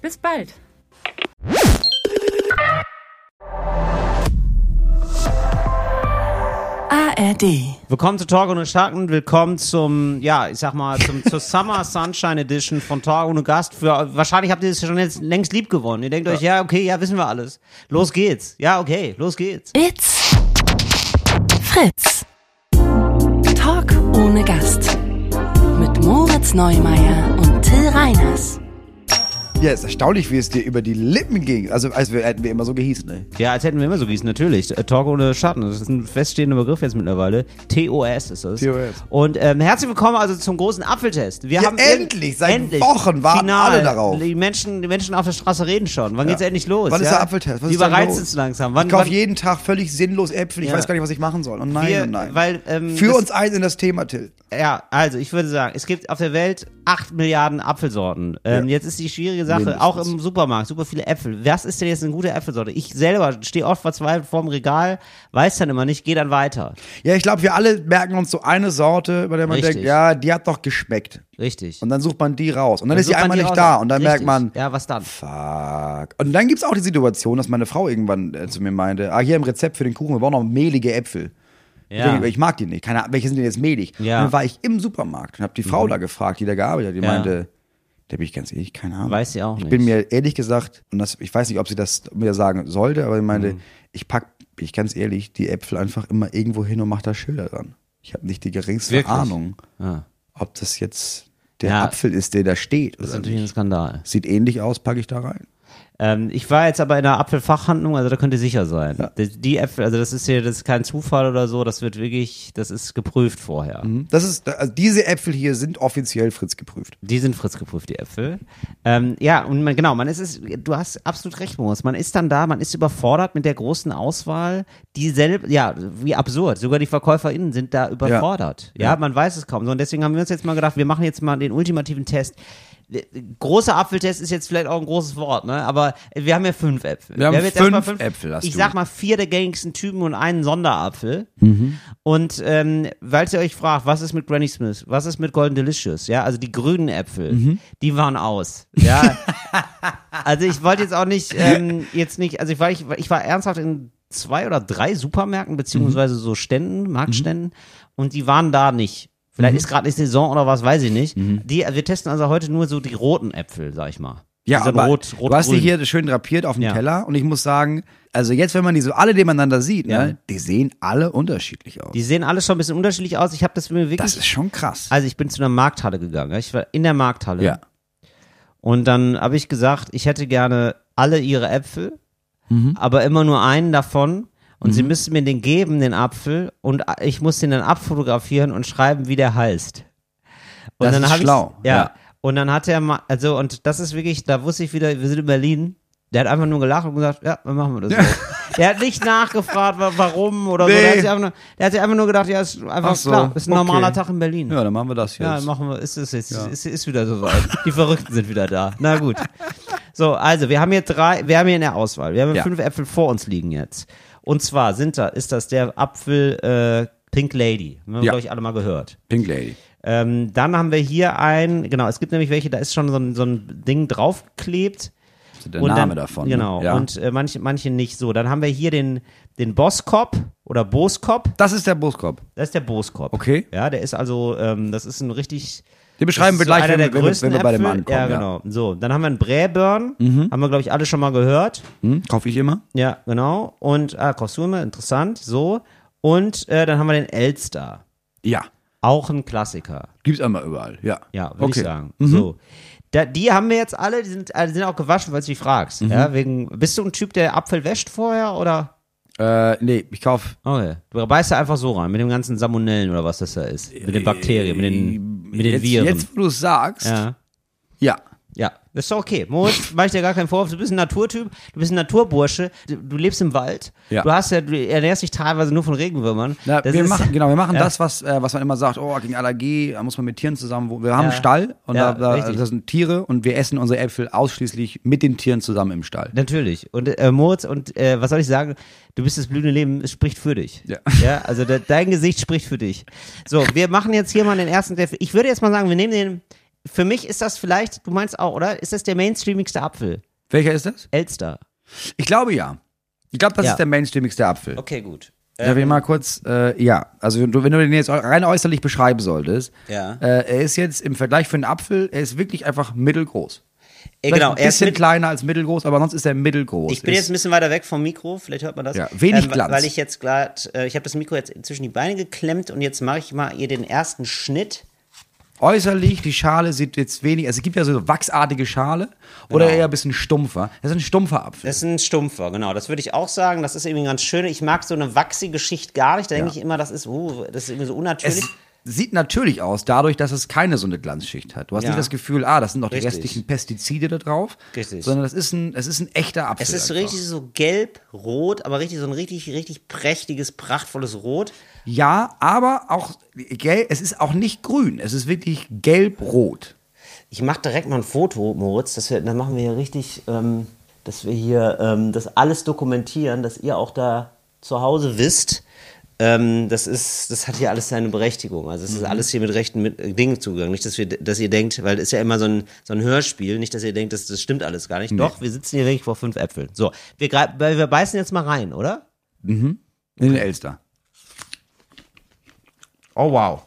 Bis bald! ARD. Willkommen zu Talk ohne Schatten, willkommen zum, ja, ich sag mal, zum, zur Summer Sunshine Edition von Talk ohne Gast. Für, wahrscheinlich habt ihr es schon jetzt längst lieb gewonnen. Ihr denkt euch, ja, okay, ja, wissen wir alles. Los geht's. Ja, okay, los geht's. It's Fritz. Talk ohne Gast. Mit Moritz Neumeier und Till Reiners. Ja, ist erstaunlich, wie es dir über die Lippen ging. Also, als wir, hätten wir immer so gehießen, ne? Ja, als hätten wir immer so gießen, natürlich. Äh, Talk ohne Schatten, das ist ein feststehender Begriff jetzt mittlerweile. TOS ist es. TOS. Und ähm, herzlich willkommen also zum großen Apfeltest. Wir Ja, haben irgend- endlich! Seit Wochen warten Final. alle darauf. Die Menschen, die Menschen auf der Straße reden schon. Wann geht's endlich los? Wann ist ja? der Apfeltest? Was die ist da überreizt los? uns langsam. Wann, ich kaufe wann, jeden Tag völlig sinnlos Äpfel. Ich Ja. weiß gar nicht, was ich machen soll. Und nein, Wir- und nein. weil, ähm, Führ das- uns ein in das Thema, Till. Ja, also ich würde sagen, es gibt auf der Welt 8 Milliarden Apfelsorten. Ähm, Jetzt ist die schwierige Sache, Mindestens. auch im Supermarkt, super viele Äpfel. Was ist denn jetzt eine gute Äpfelsorte? Ich selber stehe oft verzweifelt vorm Regal, weiß dann immer nicht, gehe dann weiter. Ja, ich glaube, wir alle merken uns so eine Sorte, bei der man Richtig. denkt, ja, die hat doch geschmeckt. Richtig. Also Und dann sucht man die raus. Und dann, ist die sucht man einmal nicht raus. da. Und dann Richtig. merkt man, Ja, was dann? fuck. Und dann gibt's auch die Situation, dass meine Frau irgendwann äh, zu mir meinte, ah, hier im Rezept für den Kuchen, wir brauchen noch mehlige Äpfel. Ich, Ja. denke, ich mag die nicht. Keine Ahnung, welche sind denn jetzt mehlig? Ja. Mhm. Und dann war ich im Supermarkt und habe die Frau da gefragt, die da gearbeitet hat. Die Ja. meinte, da bin ich ganz ehrlich, keine Ahnung. Weiß sie auch ich nicht. Ich bin mir ehrlich gesagt, und das, ich weiß nicht, ob sie das mir sagen sollte, aber sie Mhm. meinte, ich pack, bin ich ganz ehrlich, die Äpfel einfach immer irgendwo hin und mach da Schilder dran. Ich habe nicht die geringste Wirklich? Ahnung, Ja. ob das jetzt der Ja. Apfel ist, der da steht. Das ist oder natürlich ein nicht. Skandal. Sieht ähnlich aus, packe ich da rein. Ähm, ich war jetzt aber in der Apfelfachhandlung, also da könnt ihr sicher sein. Die, die Äpfel, also das ist hier, das ist kein Zufall oder so, das wird wirklich, das ist geprüft vorher. Das ist, also diese Äpfel hier sind offiziell Fritz geprüft. Die sind Fritz geprüft, die Äpfel. Ähm, ja, und man, genau, man ist es, du hast absolut recht, Moritz. Man ist dann da, man ist überfordert mit der großen Auswahl, die selb, ja, wie absurd. Sogar die VerkäuferInnen sind da überfordert. Ja, man weiß es kaum. So, und deswegen haben wir uns jetzt mal gedacht, wir machen jetzt mal den ultimativen Test. Großer Apfeltest ist jetzt vielleicht auch ein großes Wort, ne? Aber wir haben ja fünf Äpfel. Wir haben jetzt erst mal fünf Äpfel, hast Ich du. sag mal vier der gängigsten Typen und einen Sonderapfel. Mhm. Und ähm, weil ihr euch fragt, was ist mit Granny Smith, was ist mit Golden Delicious, ja, also die grünen Äpfel, Mhm. die waren aus. Ja. also ich wollte jetzt auch nicht, ähm, jetzt nicht, also ich war, ich, war- ich war ernsthaft in zwei oder drei Supermärkten, Mhm. beziehungsweise so Ständen, Marktständen, und die waren da nicht. Vielleicht Mhm. ist gerade nicht Saison oder was, weiß ich nicht. Die, wir testen also heute nur so die roten Äpfel, sag ich mal. Die sind rot, rot, du hast die grün. hier schön drapiert auf dem Ja. Teller und ich muss sagen, also jetzt, wenn man die so alle nebeneinander sieht, ne, die sehen alle unterschiedlich aus. Die sehen alle schon ein bisschen unterschiedlich aus. Ich habe das mir wirklich. das ist schon krass. also ich bin zu einer Markthalle gegangen. ja. Ich war in der Markthalle. ja. Und dann habe ich gesagt, ich hätte gerne alle ihre Äpfel, Mhm. aber immer nur einen davon. Und sie müssten mir den geben, den Apfel. Und ich muss den dann abfotografieren und schreiben, wie der heißt. Und Das dann ist hab ich's- schlau, Ja, ja. Und dann hat er mal, also, und das ist wirklich, da wusste ich wieder, wir sind in Berlin. Der hat einfach nur gelacht und gesagt, ja, dann machen wir das so. der hat nicht nachgefragt, wa- warum oder so. Der hat, Nee. sich einfach nur, der hat sich einfach nur gedacht, ja, ist einfach Ach so, klar, ist ein okay. normaler Tag in Berlin. ja, dann machen wir das jetzt. Ja, machen wir. Ist es jetzt. Ist, ist wieder soweit. Die Verrückten sind wieder da. Na gut. So, also wir haben hier drei, wir haben hier in der Auswahl. Wir haben hier Ja. fünf Äpfel vor uns liegen jetzt. Und zwar sind da, ist das der Apfel äh, Pink Lady. Haben wir, Ja. glaube ich, alle mal gehört. Pink Lady. Ähm, dann haben wir hier ein, genau, es gibt nämlich welche, da ist schon so ein, so ein Ding draufgeklebt. Das ist der Und Name dann, davon. Genau. Ne? Ja. Und äh, manche, manche nicht so. Dann haben wir hier den, den Boskop oder Boskop. das ist der Buskop. Das ist der Boskop. Okay. Ja, der ist also, ähm, das ist ein richtig. Den beschreiben wir das ist gleich, einer wenn, der wir- wenn, wir- größten wenn wir bei dem Äpfel. ankommen. Mhm. Ja, genau. So, dann haben wir einen Bräburn. Haben wir, glaube ich, alle schon mal gehört. Hm, Kaufe ich immer? Ja, genau. Und ah, Kostüme, interessant. So. Und äh, dann haben wir den Elster. Ja. Auch ein Klassiker. Gibt's einmal überall. Ja. Ja, würde okay. Mhm. ich sagen. So. Da, die haben wir jetzt alle, die sind, äh, die sind auch gewaschen, falls du dich fragst. Mhm. Ja, wegen, bist du ein Typ, der Apfel wäscht vorher oder? Äh, nee, ich kaufe. Okay. Du beißt da einfach so rein, mit dem ganzen Salmonellen oder was das da ist. Mit den Bakterien, mit den, mit den Äh, jetzt, Viren. Jetzt, wo du es sagst. ja. Ja. Ja, das ist doch okay. Moritz, mach ich dir gar keinen Vorwurf. Du bist ein Naturtyp, du bist ein Naturbursche, du, du lebst im Wald, Ja. du hast ja, du ernährst dich teilweise nur von Regenwürmern. Na, Das wir ist- machen, genau, wir machen Ja. das, was, äh, was man immer sagt, oh, gegen Allergie, da muss man mit Tieren zusammen. wo- Wir haben Ja. einen Stall und Ja, da, da richtig. das sind Tiere und wir essen unsere Äpfel ausschließlich mit den Tieren zusammen im Stall. Natürlich. Und äh, Moritz, und äh, was soll ich sagen? Du bist das blühende Leben, es spricht für dich. Ja. ja also de dein Gesicht spricht für dich. So, wir machen jetzt hier mal den ersten. Def- Ich würde jetzt mal sagen, wir nehmen den. Für mich ist das vielleicht, du meinst auch, oder? Ist das der mainstreamigste Apfel? Welcher ist das? Elster. Ich glaube ja. Ich glaube, das Ja. ist der mainstreamigste Apfel. Okay, gut. Darf ich mal kurz, äh, ja, also wenn du, wenn du den jetzt rein äußerlich beschreiben solltest, Ja. äh, er ist jetzt im Vergleich für einen Apfel, er ist wirklich einfach mittelgroß. Äh, Vielleicht genau, ein er ist bisschen mit, kleiner als mittelgroß, aber sonst ist er mittelgroß. ich bin Ist- jetzt ein bisschen weiter weg vom Mikro, vielleicht hört man das. Ja, wenig Ähm, Glanz. Weil ich jetzt gerade, äh, ich habe das Mikro jetzt zwischen die Beine geklemmt und jetzt mache ich mal hier den ersten Schnitt. äußerlich, die Schale sieht jetzt wenig, also es gibt ja so wachsartige Schale oder Genau. eher ein bisschen stumpfer. Das ist ein stumpfer Apfel. Das ist ein stumpfer, genau. Das würde ich auch sagen. Das ist irgendwie ganz schön. Ich mag so eine wachsige Schicht gar nicht. Da denke Ja. ich immer, das ist, uh, das ist irgendwie so unnatürlich. es sieht natürlich aus, dadurch, dass es keine so eine Glanzschicht hat. Du hast Ja. nicht das Gefühl, ah, das sind noch die Richtig. restlichen Pestizide da drauf, Richtig. sondern das ist ein, es ist ein echter Apfel. Es ist einfach. richtig so gelb-rot, aber richtig so ein richtig, richtig prächtiges, prachtvolles Rot. Ja, aber auch gelb, es ist auch nicht grün, es ist wirklich gelb-rot. Ich mache direkt mal ein Foto, Moritz, dass wir, dann machen wir hier richtig, ähm, dass wir hier ähm, das alles dokumentieren, dass ihr auch da zu Hause wisst. Ähm, das ist, das hat hier alles seine Berechtigung. Also es ist alles hier mit rechten mit, äh, Dingen zugegangen. Nicht, dass wir, dass ihr denkt, weil es ist ja immer so ein, so ein Hörspiel, nicht, dass ihr denkt, das, das stimmt alles gar nicht. Doch, wir sitzen hier wirklich vor fünf Äpfeln. So, wir, greif- weil wir beißen jetzt mal rein, oder? In den Elster. Oh wow.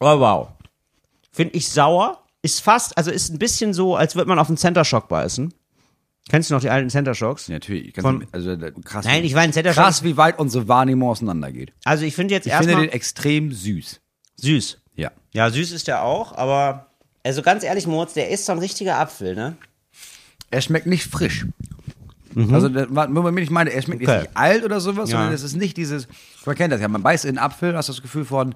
Oh, wow. Finde ich sauer. Ist fast, also ist ein bisschen so, als würde man auf einen Center Shock beißen. Kennst du noch die alten Center Shocks? Natürlich. kannst Von- du- also, da- krass, Nein, wie- ich war in Center krass, wie weit unsere Wahrnehmung auseinandergeht. Also ich finde jetzt Ich finde erstmal den extrem süß. süß. Ja. Ja, süß ist der auch, aber also ganz ehrlich, Moritz, der ist so ein richtiger Apfel, ne? Er schmeckt nicht frisch. Also, das, womit ich meine, er schmeckt Mhm. Okay. jetzt nicht alt oder sowas, Ja. sondern es ist nicht dieses, man kennt das ja, man beißt in einen Apfel, hast das Gefühl von,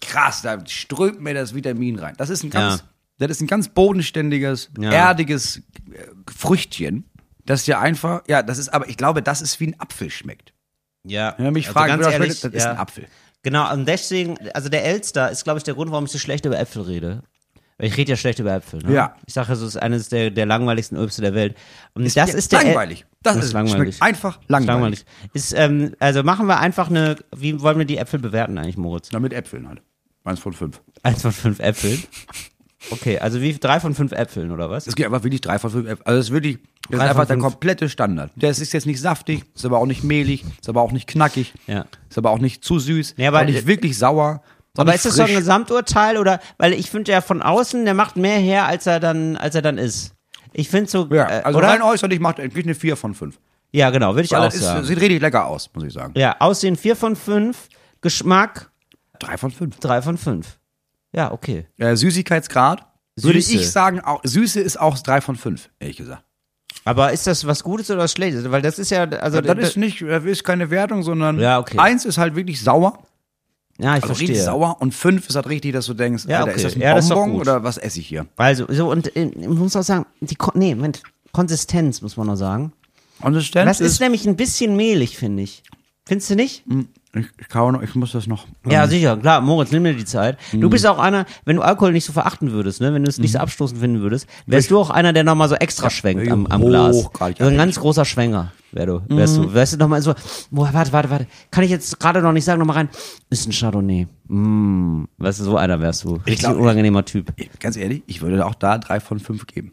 krass, da strömt mir das Vitamin rein. Das ist ein ganz, Ja. das ist ein ganz bodenständiges, Ja. erdiges äh, Früchtchen, das ja einfach, ja, das ist, aber ich glaube, das ist wie ein Apfel schmeckt. Ja, Wenn man mich fragt, wie das schmeckt, das ist ein Apfel. Genau, und deswegen, also der Elster ist, glaube ich, der Grund, warum ich so schlecht über Äpfel rede. Weil ich rede ja schlecht über Äpfel, ne? Ja. Ich sage, es ist eines der, der langweiligsten Obste der Welt. Und das Ja, ist der El- langweilig. Das ist, schmeckt einfach langweilig. langweilig. Ist, ähm, also machen wir einfach eine, wie wollen wir die Äpfel bewerten eigentlich, Moritz? Na, mit Äpfeln halt. Eins von fünf. Eins von fünf Äpfeln. Okay, also wie drei von fünf Äpfeln, oder was? Es geht einfach wirklich drei von fünf Äpfeln. Also das ist wirklich das ist Drei von einfach der fünf. komplette Standard. Der ist jetzt nicht saftig, ist aber auch nicht mehlig, ist aber auch nicht knackig, Ja. ist aber auch nicht zu süß, Ja, aber- auch nicht wirklich sauer. Aber ist das so ein Gesamturteil oder weil ich finde ja von außen, der macht mehr her, als er dann, als er dann ist. Ich finde so, ja, äh, also oder? rein äußerlich macht wirklich eine 4 von 5. ja, genau, würde ich auch Das ist, sagen. sieht richtig lecker aus, muss ich sagen. Ja, Aussehen 4 von 5, Geschmack Drei von fünf. 3 von 5. Ja, okay. Äh, Süßigkeitsgrad würde Süße. ich sagen, auch, Süße ist auch drei von fünf, ehrlich gesagt. Aber ist das was Gutes oder was Schlechtes? Weil das ist ja, also, das ist nicht, äh, ist keine Wertung, sondern Ja, okay. eins ist halt wirklich sauer, ja, ich also richtig verstehe. sauer und fünf ist halt richtig, dass du denkst, Ja, Alter, okay. ist das ein Ja, das ist doch Bonbon gut. oder was esse ich hier? Also, so, und äh, ich muss auch sagen, die, Kon nee, Moment, Konsistenz muss man noch sagen. Und das Stand Das ist nämlich ein bisschen mehlig, finde ich. Findest du nicht? Mhm. Ich, ich kann noch, ich muss das noch. Ja, sicher, klar, Moritz, nimm dir die Zeit. Du Mhm. bist auch einer, wenn du Alkohol nicht so verachten würdest, ne, wenn du es nicht so abstoßend finden würdest, wärst du auch einer, der nochmal so extra schwenkt am, am Glas. hochgradig So ein ganz großer Schwenger wär du, wärst Mhm. du. Wärst du nochmal so, boah, warte, warte, warte, kann ich jetzt gerade noch nicht sagen, nochmal rein, ist ein Chardonnay. Mm. Weißt du, so einer wärst du. Richtig glaub- unangenehmer Typ. Ganz ehrlich, ich würde auch da drei von fünf geben.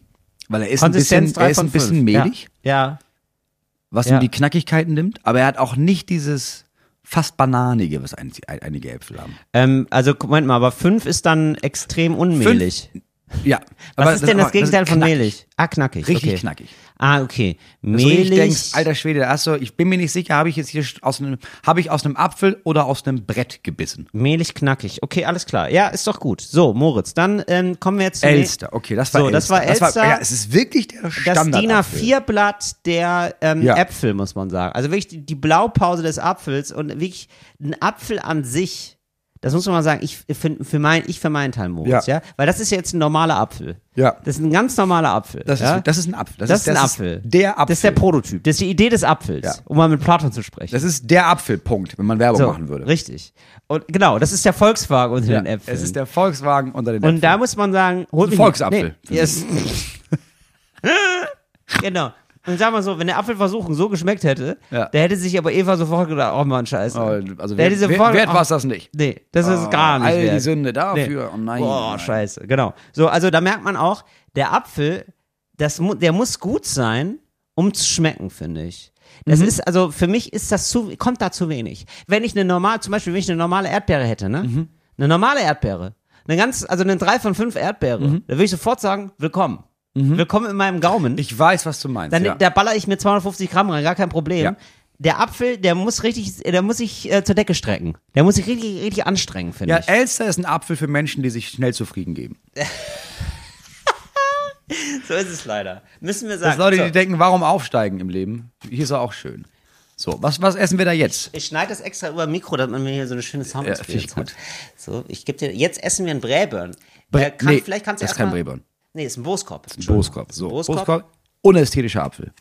Weil er ist Konsistenz ein bisschen, er drei ist von ein bisschen fünf. mehlig, Ja. was Ja. ihm die Knackigkeiten nimmt, aber er hat auch nicht dieses fast Bananige, was ein, ein, einige Äpfel haben. ja. Ähm, also, guck, Moment mal, aber fünf ist dann extrem unmehlig. Ja. Was ist denn das, Gegenteil von knackig, mehlig? Ah, knackig. Richtig okay. knackig. Ah, okay. Dass du Mehlig. richtig denkst, alter Schwede, da hast du, ich bin mir nicht sicher, habe ich jetzt hier aus einem, habe ich aus einem Apfel oder aus einem Brett gebissen? Mehlig knackig. Okay, alles klar. Ja, ist doch gut. So, Moritz, dann ähm, kommen wir jetzt zu Elster, okay, das war So, das Elster. war Elster. ja, es ist wirklich der das Standard. DIN A4-Blatt der ähm, Ja. Äpfel, muss man sagen. Also wirklich die, die Blaupause des Apfels und wirklich ein Apfel an sich Das muss man mal sagen, ich für, für mein, ich für meinen Teil, Moritz, ja. Ja. Weil das ist jetzt ein normaler Apfel. Ja. Das ist ein ganz normaler Apfel. Das, ja? ist, das ist ein Apfel. Das ist ein Apfel. der Apfel. Das ist der Prototyp. Das ist die Idee des Apfels, Ja. um mal mit Platon zu sprechen. Das ist der Apfelpunkt, wenn man Werbung so, machen würde. Richtig. Und genau, das ist der Volkswagen unter Ja, den Äpfeln. es ist der Volkswagen unter den Und da muss man sagen, Ein holt mich Volksapfel. Nee, yes. genau. Und sag mal so, wenn der Apfelversuchung so geschmeckt hätte, Ja. der hätte sich aber Eva sofort gedacht, oh Mann, scheiße. Äpfeln. also der wert, hätte wert, sofort- wert ach, war es das nicht. Nee, das ist Oh, gar nicht all die wert. Sünde dafür. Oh nein, Boah, nein. scheiße, genau. So, also da merkt man auch, der Apfel, das, mu- der muss gut sein, um zu schmecken, finde ich. Das Mhm. ist, also für mich ist das zu, kommt da zu wenig. Wenn ich eine normale, zum Beispiel, wenn ich eine normale Erdbeere hätte, ne? Mhm. Eine normale Erdbeere. Eine ganz, also eine 3 von 5 Erdbeere. Da würde ich sofort sagen, willkommen. Willkommen in meinem Gaumen. Mhm. Ich weiß, was du meinst. Dann, ja. Da baller ich mir 250 Gramm rein, gar kein Problem. Ja. Der Apfel, der muss richtig, der muss sich äh, zur Decke strecken. Der muss sich richtig, richtig anstrengen, finde ja, ich. Elster ist ein Apfel für Menschen, die sich schnell zufrieden geben. So ist es leider. Müssen wir Das sagen. sind Leute, so. die denken, warum aufsteigen im Leben? Hier ist er auch schön. So, was, was essen wir da jetzt? ich schneide das extra über Mikro, damit man mir hier so eine schöne Sound Ja, finde ich gut. So, ich gebe dir. Jetzt essen wir einen Bräbern. Brä- Äh, kann, nee, vielleicht kannst du das ist erst kein mal- Bräbern. Nee, ist ein Boskop. Boskop. So, Boskop. Boskop. Unästhetischer Apfel.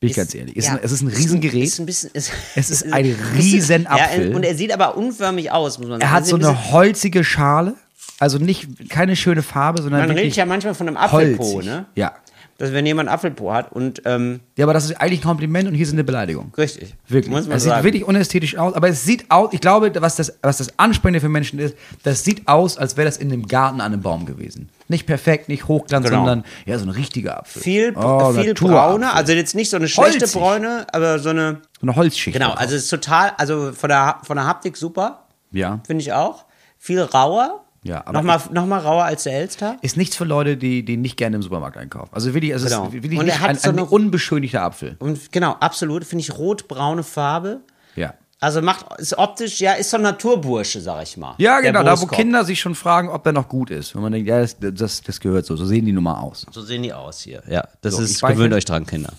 Bin ich Ist- ganz ehrlich. Ist ja. ein, es ist ein Riesengerät. Ist ein bisschen, ist, Es ist ein Riesenapfel. Ja, und er sieht aber unförmig aus, muss man sagen. er hat Also so ein bisschen- eine holzige Schale. Also nicht, keine schöne Farbe, sondern Man redet wirklich ja manchmal von einem Apfelpo, holzig. ne? Ja. Dass wenn jemand Apfelpo hat und ähm, Ja, aber das ist eigentlich ein Kompliment und hier ist eine Beleidigung. richtig. Wirklich. Muss man es sagen. sieht wirklich unästhetisch aus, aber es sieht aus, ich glaube, was das, was das Ansprechende für Menschen ist, das sieht aus, als wäre das in einem Garten an einem Baum gewesen. Nicht perfekt, nicht Hochglanz, Genau. sondern ja, so ein richtiger Apfel. viel, Oh, viel Naturapfel. brauner, also jetzt nicht so eine schlechte Holzig. Bräune, aber so eine So eine Holzschicht. Genau, drauf. also es ist total, also von der, von der Haptik super, ja. finde ich auch. Viel rauer. Ja, aber nochmal, nochmal rauer als der Elster. Ist nichts für Leute, die, die nicht gerne im Supermarkt einkaufen. Also wirklich, also Genau. es ist wirklich Und er nicht hat ein, so ein eine- unbeschönigter Apfel. Und genau, absolut, finde ich rotbraune Farbe. Ja. Also macht, ist optisch, ja, ist so ein Naturbursche, sag ich mal. Ja, Der genau, da wo Brustkorb. Kinder sich schon fragen, ob der noch gut ist. Wenn man denkt, ja, das, das, das gehört so, so sehen die nun mal aus. So sehen die aus hier. Ja, das So, ich ist, beiße. gewöhnt euch dran, Kinder.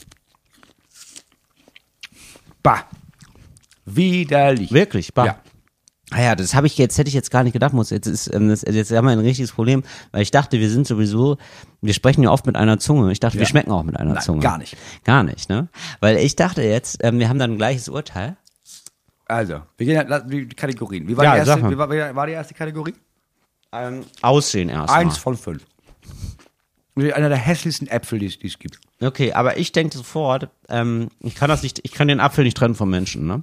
Bah. Widerlich. Wirklich, bah. Ja. Ah ja, das habe ich jetzt, hätte ich jetzt gar nicht gedacht, muss. Jetzt ist, ähm, das, jetzt haben wir ein richtiges Problem, weil ich dachte, wir sind sowieso, wir sprechen ja oft mit einer Zunge. Ich dachte, wir Ja. schmecken auch mit einer Nein, Zunge. gar nicht. Gar nicht, ne? Weil ich dachte jetzt, ähm, wir haben dann ein gleiches Urteil. Also, wir gehen la- die Kategorien. Wie war, Ja, die sag erste, mal. wie war, wie war die erste Kategorie? Aussehen erstmal. Ähm, Eins von fünf. Einer der hässlichsten Äpfel, die es die es gibt. Okay, aber ich denke sofort, ähm, ich kann das nicht, ich kann den Apfel nicht trennen vom Menschen, ne?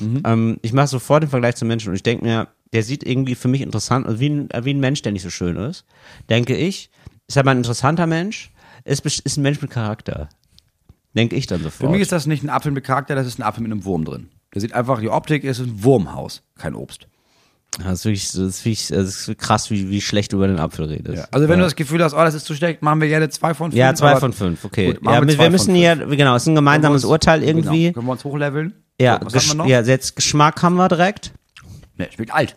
Mhm. Ähm, ich mache sofort den Vergleich zum Menschen und ich denke mir, der sieht irgendwie für mich interessant, also wie ein, wie ein Mensch, der nicht so schön ist, denke ich, ist aber ein interessanter Mensch, ist, best- ist ein Mensch mit Charakter. Denke ich dann Für sofort. mich ist das nicht ein Apfel mit Charakter, das ist ein Apfel mit einem Wurm drin. Der sieht einfach, die Optik ist ein Wurmhaus, kein Obst. das ist wirklich, das ist wirklich das ist krass, wie, wie schlecht du über den Apfel redest. Ja. Also wenn du das Gefühl hast, oh, das ist zu schlecht, machen wir gerne zwei von fünf. ja, zwei aber- von fünf, okay. Gut, machen ja, wir wir, zwei wir von müssen fünf. hier, genau, es ist ein gemeinsames Urteil irgendwie. Genau. Können wir uns hochleveln? So, Ja, was haben wir Gesch- noch? ja, jetzt Geschmack haben wir direkt. Nee, schmeckt alt.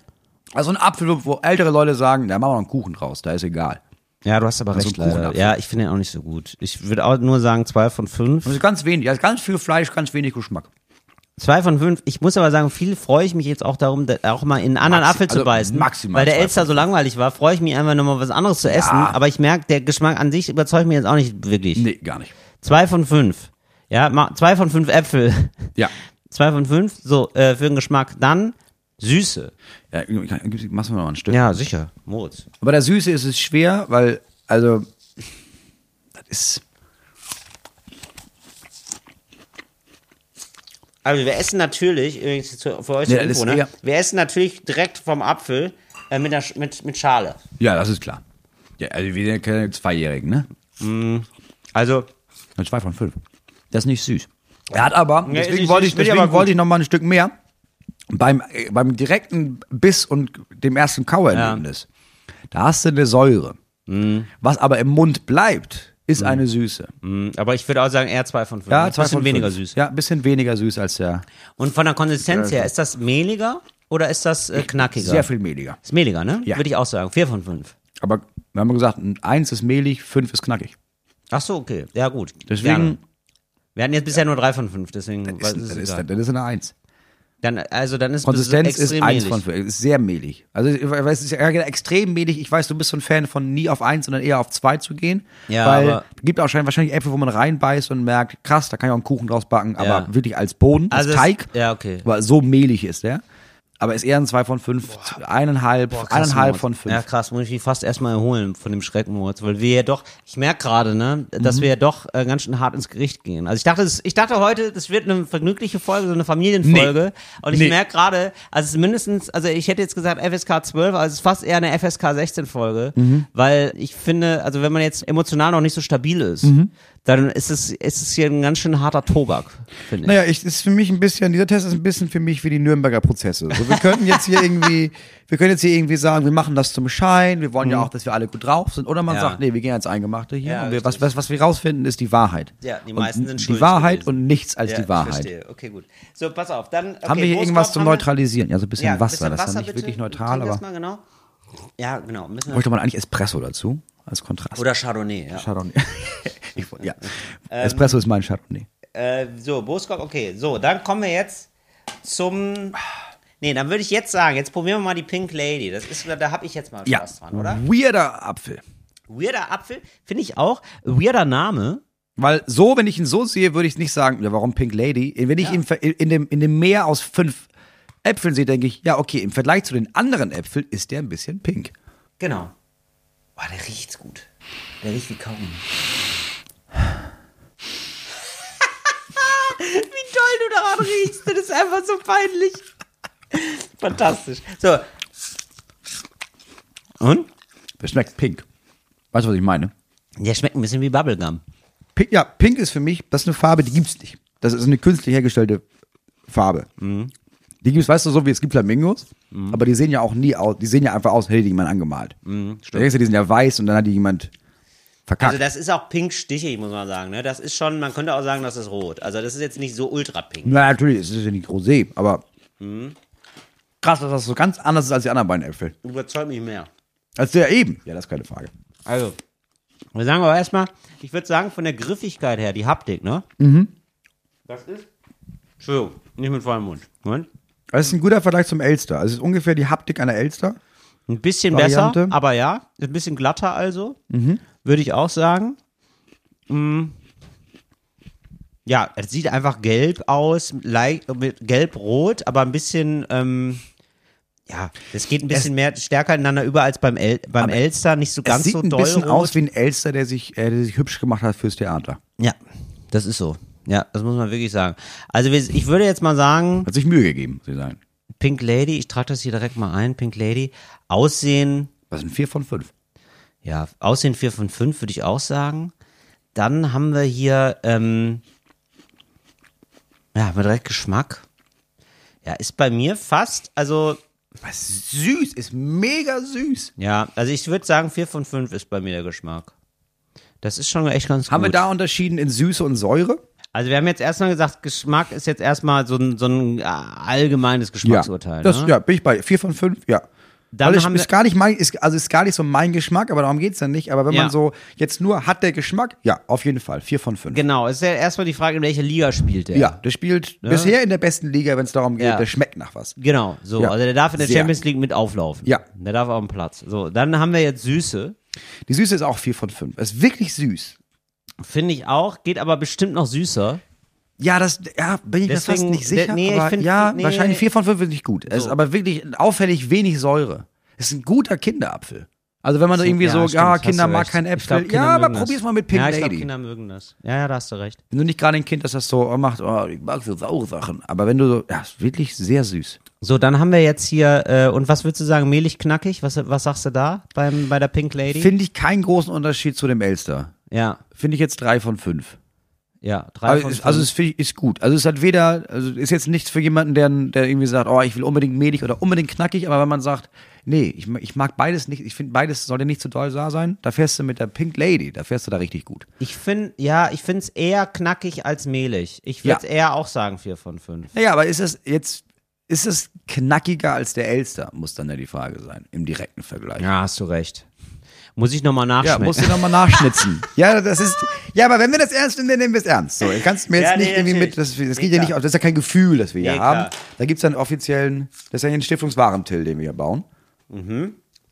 Also ein Apfel, wo- wo ältere Leute sagen, da machen wir noch einen Kuchen draus, da ist egal. Ja, du hast aber Also recht, ein leider. Kuchenapfel. Ja, ich finde den auch nicht so gut. Ich würde auch nur sagen, zwei von Das fünf. ist Also ganz wenig, da ist ganz viel Fleisch, ganz wenig Geschmack. Zwei von fünf. Ich muss aber sagen, viel freue ich mich jetzt auch darum, da- auch mal in einen anderen Maxi- Apfel zu also beißen. maximal weil der zwei Elster so langweilig war, freue ich mich einfach nochmal was anderes zu essen. Aber ich merke, der Geschmack an sich überzeugt mich jetzt auch nicht wirklich. Nee, gar nicht. Zwei von fünf. Ja, ma- zwei von fünf Äpfel. Ja. Zwei von fünf. So, äh, für den Geschmack. Dann Süße. ja ich kann, gib's- machst du mir noch mal ein Stück. Ja, sicher. Moritz. Aber der Süße ist es schwer, weil, also, das ist, Also wir essen natürlich, übrigens zu- für euch zur Ja, das Info, ist ne? eher- wir essen natürlich direkt vom Apfel äh, mit, der, Sch- mit, mit Schale. ja, das ist klar. Ja, also wir sind keine Zweijährigen, ne? Also Und zwei von fünf. Das ist nicht süß. Er hat aber, ist deswegen wollte ich, nicht süß, finde ich deswegen aber gut. wollte ich noch mal ein Stück mehr. Beim, äh, beim direkten Biss und dem ersten Kauerlebnis, da hast du eine Säure. Was aber im Mund bleibt, ist eine Süße. hm, Aber ich würde auch sagen, eher zwei von fünf. Ja, Ein zwei bisschen von weniger fünf. süß. Ja, ein bisschen weniger süß als der. Und von der Konsistenz her, ist das mehliger oder ist das äh, knackiger? Sehr viel mehliger. Ist mehliger, ne? Ja. Würde ich auch sagen. Vier von fünf. Aber wir haben gesagt, ein eins ist mehlig, fünf ist knackig. Ach so, okay. Ja, gut. Deswegen- Gerne. Wir hatten jetzt bisher nur drei von fünf, deswegen. Das ist, weiß- ist das ist, egal. das ist eine Eins. Dann, also dann ist Konsistenz ist extrem eins mehlig. von fünf. Ist sehr mehlig. Also ich weiß, es ist ja extrem mehlig. Ich weiß, du bist so ein Fan von nie auf eins, sondern eher auf zwei zu gehen. Ja, weil aber- gibt auch schon- wahrscheinlich Äpfel, wo man reinbeißt und merkt, krass, da kann ich auch einen Kuchen draus backen, aber Ja. wirklich als Boden, als Also es- Teig. ja, okay. Weil so mehlig ist der. Aber ist eher ein zwei von fünf, zu- eineinhalb, Krass, eineinhalb Moritz. von fünf. Ja, krass, muss ich mich fast erstmal erholen von dem Schrecken, Moritz, weil wir ja doch, ich merke gerade, ne, Mhm. dass wir ja doch äh, ganz schön hart ins Gericht gehen. Also ich dachte, es- ich dachte heute, das wird eine vergnügliche Folge, so eine Familienfolge. Und ich Nee. merke gerade, also es ist mindestens, also ich hätte jetzt gesagt FSK 12, also es ist fast eher eine FSK 16 Folge, Mhm. weil ich finde, also wenn man jetzt emotional noch nicht so stabil ist, Mhm. dann ist es, ist es hier ein ganz schön harter Tobak, finde ich. Naja, ich, ist für mich ein bisschen, dieser Test ist ein bisschen für mich wie die Nürnberger Prozesse. So, wir könnten jetzt hier irgendwie, wir können jetzt hier irgendwie sagen, wir machen das zum Schein, wir wollen ja auch, dass wir alle gut drauf sind. Oder man Mhm. Ja. sagt, nee, wir gehen als Eingemachte hier. Ja, und wir, was, richtig. was, was wir rausfinden, ist die Wahrheit. Ja, die Und meisten sind Die schuldig Wahrheit gewesen. und nichts als Ja, die Wahrheit. Ich verstehe. Okay, gut. So, pass auf. Dann, okay, haben wir hier Brustkorb irgendwas zum haben wir- Neutralisieren? Ja, so ein bisschen ein Wasser. bisschen das ist dann nicht bitte. wirklich neutral, Trink das aber Mal genau. Ja, genau. Müssen wir bräuchte man eigentlich Espresso dazu als Kontrast. oder Ähm, Chardonnay, ja. Chardonnay. ich, wollt- ja. Espresso ist mein Chardonnay. Äh, so, Boskop, okay. So, dann kommen wir jetzt zum. Nee, dann würde ich jetzt sagen, jetzt probieren wir mal die Pink Lady. Das ist, da habe ich jetzt mal Ja, Spaß dran, oder? weirder Apfel. Weirder Apfel, finde ich auch. Weirder Name. Weil so, wenn ich ihn so sehe, würde ich nicht sagen, ja, warum Pink Lady? Wenn ich ihn ver- in dem, in dem Meer aus fünf Äpfeln sehe, denke ich, ja, okay, im Vergleich zu den anderen Äpfeln ist der ein bisschen pink. Genau. Boah, der riecht's gut. Der riecht wie Kaugummi. wie toll du daran riechst. Das ist einfach so peinlich. Fantastisch. So. Und? Der schmeckt pink. Weißt du, was ich meine? Der schmeckt ein bisschen wie Bubblegum. Pink, ja, pink ist für mich, das ist eine Farbe, die gibt's nicht. Das ist eine künstlich hergestellte Farbe. Die gibt's, weißt du, so wie es gibt Flamingos, aber die sehen ja auch nie aus, die sehen ja einfach aus, hätte die jemand angemalt. Da denkst du, die sind ja weiß und dann hat die jemand verkackt. Also das ist auch pink stichig, muss man sagen. Ne? Das ist schon, man könnte auch sagen, das ist rot. Also das ist jetzt nicht so ultra pink. Na, natürlich, es ist ja nicht Rosé, aber krass, dass das so ganz anders ist als die anderen beiden Äpfel. Überzeugt mich mehr. Als der eben. Ja, das ist keine Frage. Also, wir sagen aber erstmal, ich würde sagen, von der Griffigkeit her, die Haptik, ne? Mhm. Das ist. Entschuldigung, nicht mit vollem Mund. Moment. Das ist ein guter Vergleich zum Elster. Also es ist ungefähr die Haptik einer Elster. Ein bisschen Variante. Mhm. besser, aber ja. Ein bisschen glatter, also. Würde ich auch sagen. Mm. Ja, es sieht einfach gelb aus, lei- mit gelb-rot, aber ein bisschen. Ähm, ja, es geht ein bisschen mehr stärker ineinander über als beim, El beim Elster, nicht so ganz es sieht so ein doll bisschen rot. aus wie ein Elster, der sich, äh, der sich hübsch gemacht hat fürs Theater. Ja, das ist so. Ja, das muss man wirklich sagen. Also wir- ich würde jetzt mal sagen, Hat sich Mühe gegeben, sie sagen. Pink Lady, ich trage das hier direkt mal ein, Pink Lady, Aussehen, Das sind vier von fünf. ja, Aussehen 4 von 5 würde ich auch sagen. Dann haben wir hier, ähm, ja, haben wir direkt Geschmack. Ja, ist bei mir fast, also, Was süß, ist mega süß. ja, also ich würde sagen, 4 von 5 ist bei mir der Geschmack. Das ist schon echt ganz gut. Haben wir da unterschieden in Süße und Säure? Also wir haben jetzt erstmal gesagt, Geschmack ist jetzt erstmal so ein, so ein äh, allgemeines Geschmacksurteil. Das, ne? ja, bin ich bei. Vier von fünf, ja. Dann Weil ich, haben wir- ist gar nicht mein, ist, also ist gar nicht so mein Geschmack, aber darum geht's ja nicht. Aber wenn Ja. man so jetzt nur hat der Geschmack, ja, auf jeden Fall. Vier von fünf. Genau, es ist ja erstmal die Frage, in welcher Liga spielt er. Ja, der spielt bisher in der besten Liga, wenn es darum geht, Ja. der schmeckt nach was. Genau, so. Ja, Also der darf in der sehr. Champions League mit auflaufen. Ja. Der darf auf dem Platz. So, dann haben wir jetzt Süße. Die Süße ist auch vier von fünf. Ist wirklich süß. Finde ich auch, geht aber bestimmt noch süßer. Ja, das ja, bin ich mir fast Deswegen- nicht sicher. der- nee, ich aber find- ja, nee. wahrscheinlich vier von fünf ist nicht gut. Es ist aber wirklich auffällig wenig Säure. Es ist ein guter Kinderapfel. Also wenn man so, irgendwie ja, so, stimmt, ja, hast Kinder du mag recht. kein Ich Äpfel. glaub, Kinder ja, aber mögen das. probier's mal mit Pink ja, ich glaub, Lady. Kinder mögen das. Ja, ja, da hast du recht. wenn du nicht gerade ein Kind hast, das so macht, oh, ich mag so saure Sachen. Aber wenn du so, ja, ist wirklich sehr süß. So, dann haben wir jetzt hier, äh, und was würdest du sagen, mehlig knackig? Was, was sagst du da beim, bei der Pink Lady? Finde ich keinen großen Unterschied zu dem Elster. ja, Finde ich jetzt drei von fünf. ja, drei Also, von ist, also fünf. es finde ich- ist gut. Also es hat weder, also ist jetzt nichts für jemanden, der, der irgendwie sagt, oh, ich will unbedingt mehlig oder unbedingt knackig, aber wenn man sagt, nee, ich, ma- ich mag beides nicht, ich finde beides sollte nicht zu doll da sein, da fährst du mit der Pink Lady, da fährst du da richtig gut. Ich finde, ja, ich finde es eher knackig als mehlig. Ja. Ich würde es eher auch sagen, vier von fünf. Naja, aber ist es jetzt, ist es knackiger als der Elster, muss dann ja die Frage sein, im direkten Vergleich. Ja, hast du recht. Muss ich nochmal Ja, nachschmecken. musst du nochmal nachschnitzen. ja, das ist. Ja, aber wenn wir das ernst nehmen, dann nehmen wir es ernst. So, du kannst mir jetzt Ja, nee, nicht irgendwie mit. natürlich. Das, das Nee, geht ja nicht. klar. auf- Das ist ja kein Gefühl, das wir hier Nee, haben. klar. Da gibt es einen offiziellen. Das ist ja hier ein Stiftungswarentil, den wir hier bauen.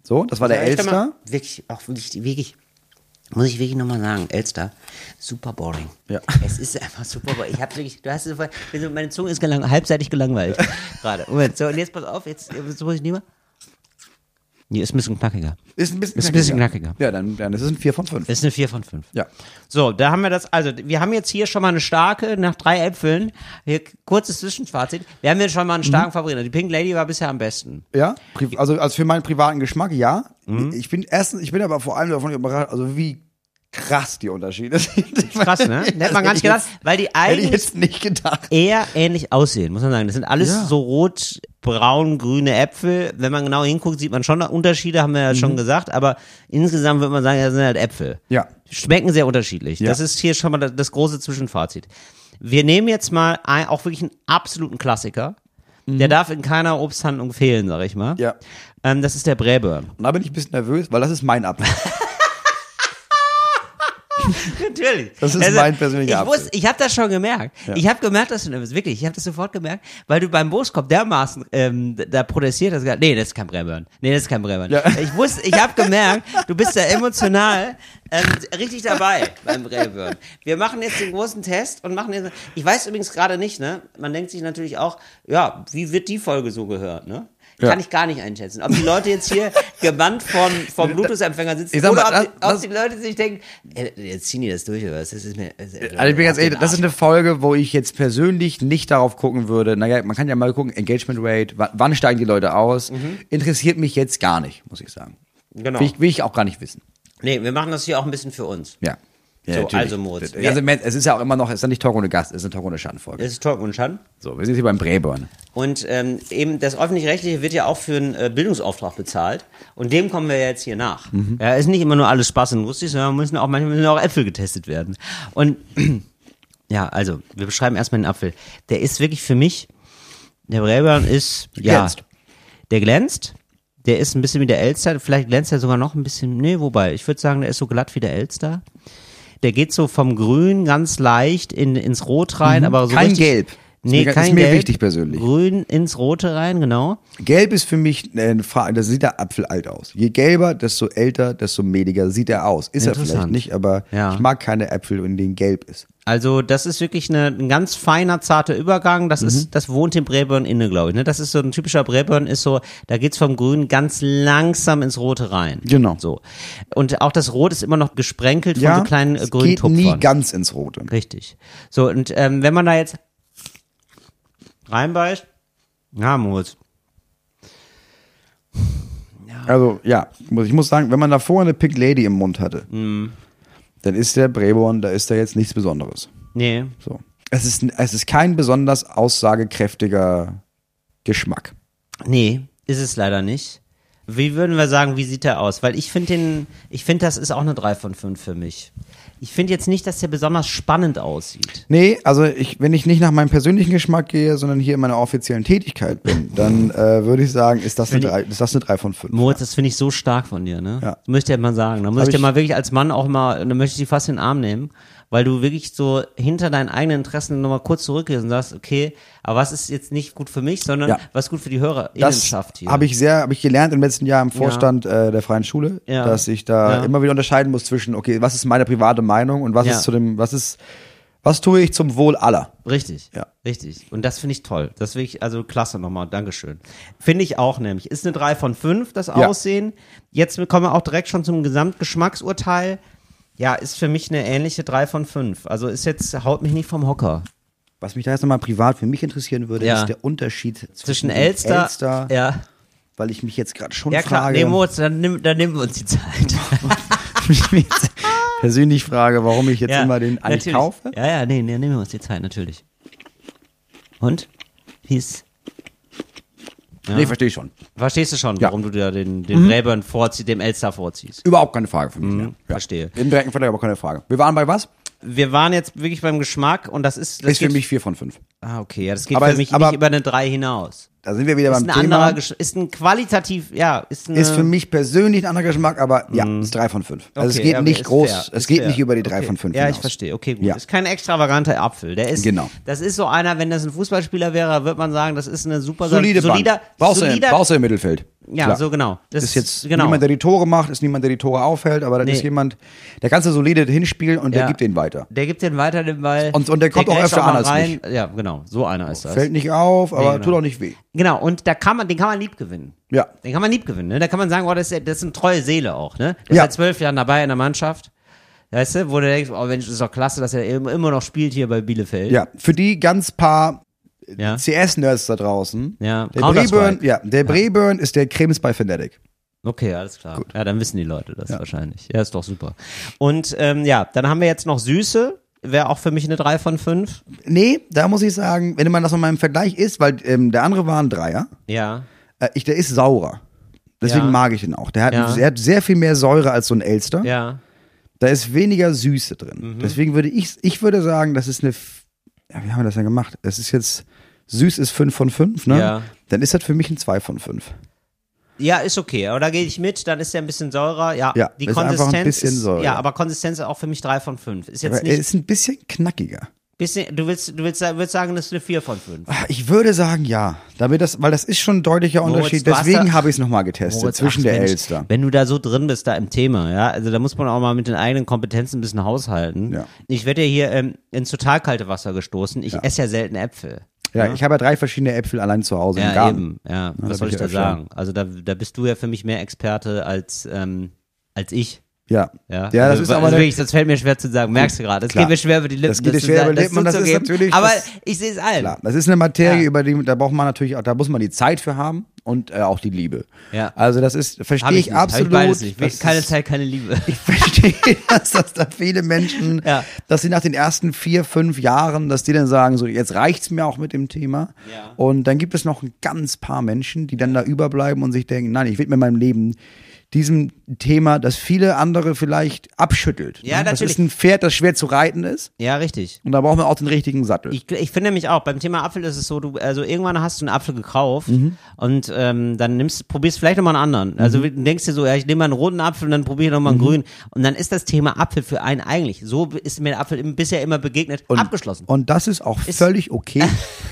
So, das war der Ja, Mhm. echt Elster. mal, Wirklich, auch wirklich, wirklich, muss ich wirklich nochmal sagen, Elster, super boring. Ja. Es ist einfach super boring. Ich habe wirklich, du hast es voll, also meine Zunge ist gelang, halbseitig gelangweilt gerade. Moment, so und jetzt pass auf, jetzt, jetzt muss ich nicht mehr. Nee, ist ein bisschen knackiger. Ist ein bisschen, Ist ein bisschen knackiger. Ja, dann, dann ist es ein 4 von 5. Ist eine 4 von 5. Ja. So, da haben wir das, also wir haben jetzt hier schon mal eine starke, nach drei Äpfeln, hier kurzes Zwischenfazit, wir haben jetzt schon mal einen starken Mhm. Favoriten. Die Pink Lady war bisher am besten. Ja, pri- also, also für meinen privaten Geschmack, ja. Mhm. Ich bin erstens, ich bin aber vor allem davon überrascht, also wie krass die Unterschiede sind. Krass, ne? Hätte man gar nicht gedacht, weil die Hätte ich eigentlich jetzt nicht gedacht. eher ähnlich aussehen, muss man sagen. Das sind alles Ja. so rot, braun, grüne Äpfel. Wenn man genau hinguckt, sieht man schon Unterschiede, haben wir ja schon gesagt, aber insgesamt würde man sagen, das sind halt Äpfel. Mhm. Ja. Schmecken sehr unterschiedlich. Ja. Das ist hier schon mal das, das große Zwischenfazit. Wir nehmen jetzt mal ein, auch wirklich einen absoluten Klassiker. Der darf in keiner Obsthandlung fehlen, sag ich mal. Mhm. Ja. Ähm, das ist der Bräbe. Und da bin ich ein bisschen nervös, weil das ist mein Apfel. Natürlich. Also, Das ist mein persönlicher Ich, wusste, Apfel. ich habe das schon gemerkt. Ich habe gemerkt, dass du nervös Wirklich, ich habe das sofort gemerkt, weil du beim Boskop dermaßen ähm, da protestiert hast. gesagt, Nee, das ist kein Brennburn. Nee, das ist kein Brennburn. Ja. Ich wusste, ich habe gemerkt, du bist da emotional ähm, richtig dabei beim Brennburn. Wir machen jetzt den großen Test und machen jetzt, ich weiß übrigens gerade nicht, ne? Man denkt sich natürlich auch, ja, wie wird die Folge so gehört, ne? Ja. Kann ich gar nicht einschätzen. Ob die Leute jetzt hier gebannt vom, vom Bluetooth-Empfänger sitzen Ich sag mal, oder ob, das- die, ob das- die Leute sich denken, ey, jetzt ziehen die das durch oder was? Das ist mir, das ist Also ich bin ganz ehrlich, das ist eine Folge, wo ich jetzt persönlich nicht darauf gucken würde. Naja, man kann ja mal gucken, Engagement Rate, wa- wann steigen die Leute aus? Mhm. Interessiert mich jetzt gar nicht, muss ich sagen. Genau. Will ich, will ich auch gar nicht wissen. Nee, wir machen das hier auch ein bisschen für uns. Ja. ja So, natürlich. also, Moritz, Also, im Moment, es ist ja auch immer noch, es ist ja nicht Talk ohne Gast, es ist eine Talk ohne Schandfolge. Das ist Talk und Schaden. So, wir sind jetzt hier beim Bräbern. Und ähm, eben das Öffentlich-Rechtliche wird ja auch für einen äh, Bildungsauftrag bezahlt. Und dem kommen wir jetzt hier nach. Mhm. Ja, ist nicht immer nur alles Spaß und lustig, sondern müssen auch, manchmal müssen auch Äpfel getestet werden. Und ja, also, wir beschreiben erstmal den Apfel. Der ist wirklich für mich, der Bräbern ist, ja, Glänzt. der glänzt. Der ist ein bisschen wie der Elster. Vielleicht glänzt er sogar noch ein bisschen, nee, wobei, ich würde sagen, der ist so glatt wie der Elster. Der geht so vom Grün ganz leicht in, ins Rot rein, aber so Mhm. Kein richtig, Gelb. Ist Nee, mir- ist kein mir Gelb. wichtig persönlich. Grün ins Rote rein, genau. Gelb ist für mich äh, eine Frage, da sieht der Apfel alt aus. Je gelber, desto älter, desto mehliger sieht er aus. Ist er vielleicht Interessant. nicht, aber Ja. ich mag keine Äpfel, in denen gelb ist. Also das ist wirklich eine, ein ganz feiner, zarter Übergang. Das Mhm. ist, das wohnt in Braeburn inne, glaube ich. Ne? Das ist so ein typischer Braeburn, ist so, da geht's vom Grün ganz langsam ins Rote rein. Genau. So. Und auch das Rot ist immer noch gesprenkelt von so kleinen äh, es grünen geht nie Tupfern. ganz ins Rote. Richtig. So, und ähm, wenn man da jetzt reinbeißt, ja, Moritz. Also ja, muss- ich muss sagen, wenn man davor eine Pink Lady im Mund hatte, dann ist der Breborn, da ist da jetzt nichts Besonderes. Nee. So. Es ist, es ist kein besonders aussagekräftiger Geschmack. Nee, ist es leider nicht. Wie würden wir sagen, wie sieht er aus? Weil ich finde den, ich finde, das ist auch eine 3 von 5 für mich. Ich finde jetzt nicht, dass der besonders spannend aussieht. Nee, also ich, wenn ich nicht nach meinem persönlichen Geschmack gehe, sondern hier in meiner offiziellen Tätigkeit bin, dann äh, würde ich sagen, ist das eine 3, ist das eine 3 von 5. Moritz, das finde ich so stark von dir, ne? Ja. Möchte ich mal sagen. Da muss Hab ich dir ich- mal wirklich als Mann auch mal, da möchte ich dich fast in den Arm nehmen, weil du wirklich so hinter deinen eigenen Interessen nochmal kurz zurückgehst und sagst, okay, aber was ist jetzt nicht gut für mich, sondern Ja. was gut für die Das Hörerinnenschaft hier? habe ich sehr, habe ich gelernt im letzten Jahr im Vorstand äh, der Freien Schule, Ja. dass ich da Ja. immer wieder unterscheiden muss zwischen, okay, was ist meine private Meinung und was Ja. ist zu dem, was ist, was tue ich zum Wohl aller? Richtig. Ja. Richtig. Und das finde ich toll. Das finde ich, also klasse nochmal. Dankeschön. Finde ich auch nämlich. Ist eine 3 von 5, das Aussehen. Jetzt kommen wir auch direkt schon zum Gesamtgeschmacksurteil. Ja, ist für mich eine ähnliche 3 von 5. Also ist jetzt, haut mich nicht vom Hocker. Was mich da jetzt nochmal privat für mich interessieren würde, Ja. ist der Unterschied zwischen, Zwischen dem Elster, ja. weil ich mich jetzt gerade schon Ja klar, frage, nee, Moritz, dann, nimm, dann nehmen wir uns die Zeit. ich mich jetzt persönlich frage, warum ich jetzt ja, immer den eigentlich natürlich. kaufe. Ja, ja, nee, nee, nehmen wir uns die Zeit, natürlich. Und? Wie ist, Nee, verstehe ich schon. verstehst du schon, Ja. warum du da den, den Rehburn vorziehst, dem Elster vorziehst? Mhm. Überhaupt keine Frage für mich. mehr. verstehe. Im direkten Vergleich aber keine Frage. Wir waren bei was? wir waren jetzt wirklich beim Geschmack und das ist. Das Ist für geht- mich vier von fünf. Ah, okay, ja, das geht Aber für es- mich aber- nicht über eine 3 hinaus. Da sind wir wieder Ist beim ein Thema. anderer Gesch ist ein qualitativ, ja, ist eine, ist für mich persönlich ein anderer Geschmack, aber ja, ist drei von fünf. Also Ähm. Mhm. Okay, es geht ja, nicht ist groß, fair, es ist geht fair. nicht über die drei okay. von fünf. Ja, hinaus. ich verstehe. Okay, gut. Ja. Ist kein extravaganter Apfel. Der ist, Genau. Das ist so einer, wenn das ein Fußballspieler wäre, wird man sagen, das ist eine super Solide solider, Bank. Brauchst, du im, solider, brauchst du im Mittelfeld. ja, Klar. so genau. Das ist jetzt genau. niemand, der die Tore macht, ist niemand, der die Tore aufhält, aber das Nee. ist jemand, der kannst du solide hinspielen und Ja. der gibt den weiter. Der gibt den weiter den Ball. Und- und der kommt auch grätscht öfter mal an als rein. Ja, genau. So einer ist das. Fällt nicht auf, aber Nee, genau. tut auch nicht weh. Genau, und da kann man, den kann man lieb gewinnen. Ja. Den kann man lieb gewinnen, ne? Da kann man sagen, oh, das ist, ja- das ist eine treue Seele auch, ne? Der Ja. ist seit zwölf Jahren dabei in der Mannschaft. Weißt du, wo du denkst, oh Mensch, das ist doch klasse, dass er im- immer noch spielt hier bei Bielefeld. Ja, für die ganz paar Ja. CS-Nerds da draußen. Ja, Der Counter-Strike. Breburn, ja, der Breburn ist der Krems bei Fnatic. Okay, alles klar. Ja, dann wissen die Leute das wahrscheinlich. Ja, ist doch super. Und ähm, ja, dann haben wir jetzt noch Süße. Wäre auch für mich eine 3 von 5. Nee, da muss ich sagen, wenn man das nochmal im Vergleich ist, weil ähm, der andere war ein Dreier, Ja. äh, ich, der ist saurer. Deswegen Ja. mag ich ihn auch. Der hat, Ja. der hat sehr viel mehr Säure als so ein Elster. Ja. Mhm. Da ist weniger Süße drin. Deswegen würde ich, ich würde sagen, das ist eine, F- ja, wie haben wir das denn gemacht? Das ist jetzt, süß ist 5 von 5, ne? Ja. Dann ist das für mich ein 2 von 5. Ja, ist okay. Aber da gehe ich mit, dann ist er ein bisschen säurer. Ja, Ja, die ist einfach ein Konsistenz. bisschen ist, säurer. Ja, aber Konsistenz ist auch für mich 3 von 5. Ist jetzt Aber nicht er ist ein bisschen knackiger. Bisschen, du willst, du willst, willst sagen, das ist eine 4 von 5. Ah, Ich würde sagen, ja. Damit das, weil das ist schon ein deutlicher Moritz, Unterschied. du hast da- Deswegen habe ich es nochmal getestet. zwischen ach, der Mensch, Elster. Wenn du da so drin bist, da im Thema, ja, also da muss man auch mal mit den eigenen Kompetenzen ein bisschen haushalten. Ja. Ich werde ja hier ähm, ins total kalte Wasser gestoßen. Ich esse ja selten Äpfel. Ja, ich habe ja drei verschiedene Äpfel allein zu Hause im Ja, Garten. eben. Ja, was das soll hab ich ich da ja sagen? Also da, da bist du ja für mich mehr Experte als, ähm, als ich. Ja. Ja, ja, das Also, ist weil- aber also eine- wirklich, das fällt mir schwer zu sagen, merkst du gerade. Das Klar. geht mir schwer über die Lippen. Das geht dir schwer zu über die sagen, Lippen und das ist zuzugeben. natürlich- Aber das- ich sehe es allen. Klar, das ist eine Materie, Ja. über die da braucht man natürlich auch, da muss man die Zeit für haben und äh, auch die Liebe. Ja. Also das ist verstehe Habe ich, ich, nicht. Hab ich absolut. beides nicht. Das Keine ist- Zeit, keine Liebe. Ich verstehe, dass das da viele Menschen, Ja. dass sie nach den ersten vier, fünf Jahren, dass die dann sagen, so jetzt reicht's mir auch mit dem Thema. Ja. Und dann gibt es noch ein ganz paar Menschen, die dann da überbleiben und sich denken, nein, ich widme meinem Leben diesem Thema, das viele andere vielleicht abschüttelt. Ja, ne? Das natürlich. ist ein Pferd, das schwer zu reiten ist. Ja, richtig. Und da brauchen wir auch den richtigen Sattel. Ich, ich finde nämlich auch, beim Thema Apfel ist es so, du, also irgendwann hast du einen Apfel gekauft Mhm. und ähm, dann nimmst, probierst vielleicht nochmal einen anderen. Also du denkst dir so, ja, ich nehme mal einen roten Apfel und dann probiere ich Mhm. nochmal einen grünen. Und dann ist das Thema Apfel für einen eigentlich. So ist mir der Apfel im- bisher immer begegnet. abgeschlossen. Und das ist auch völlig okay.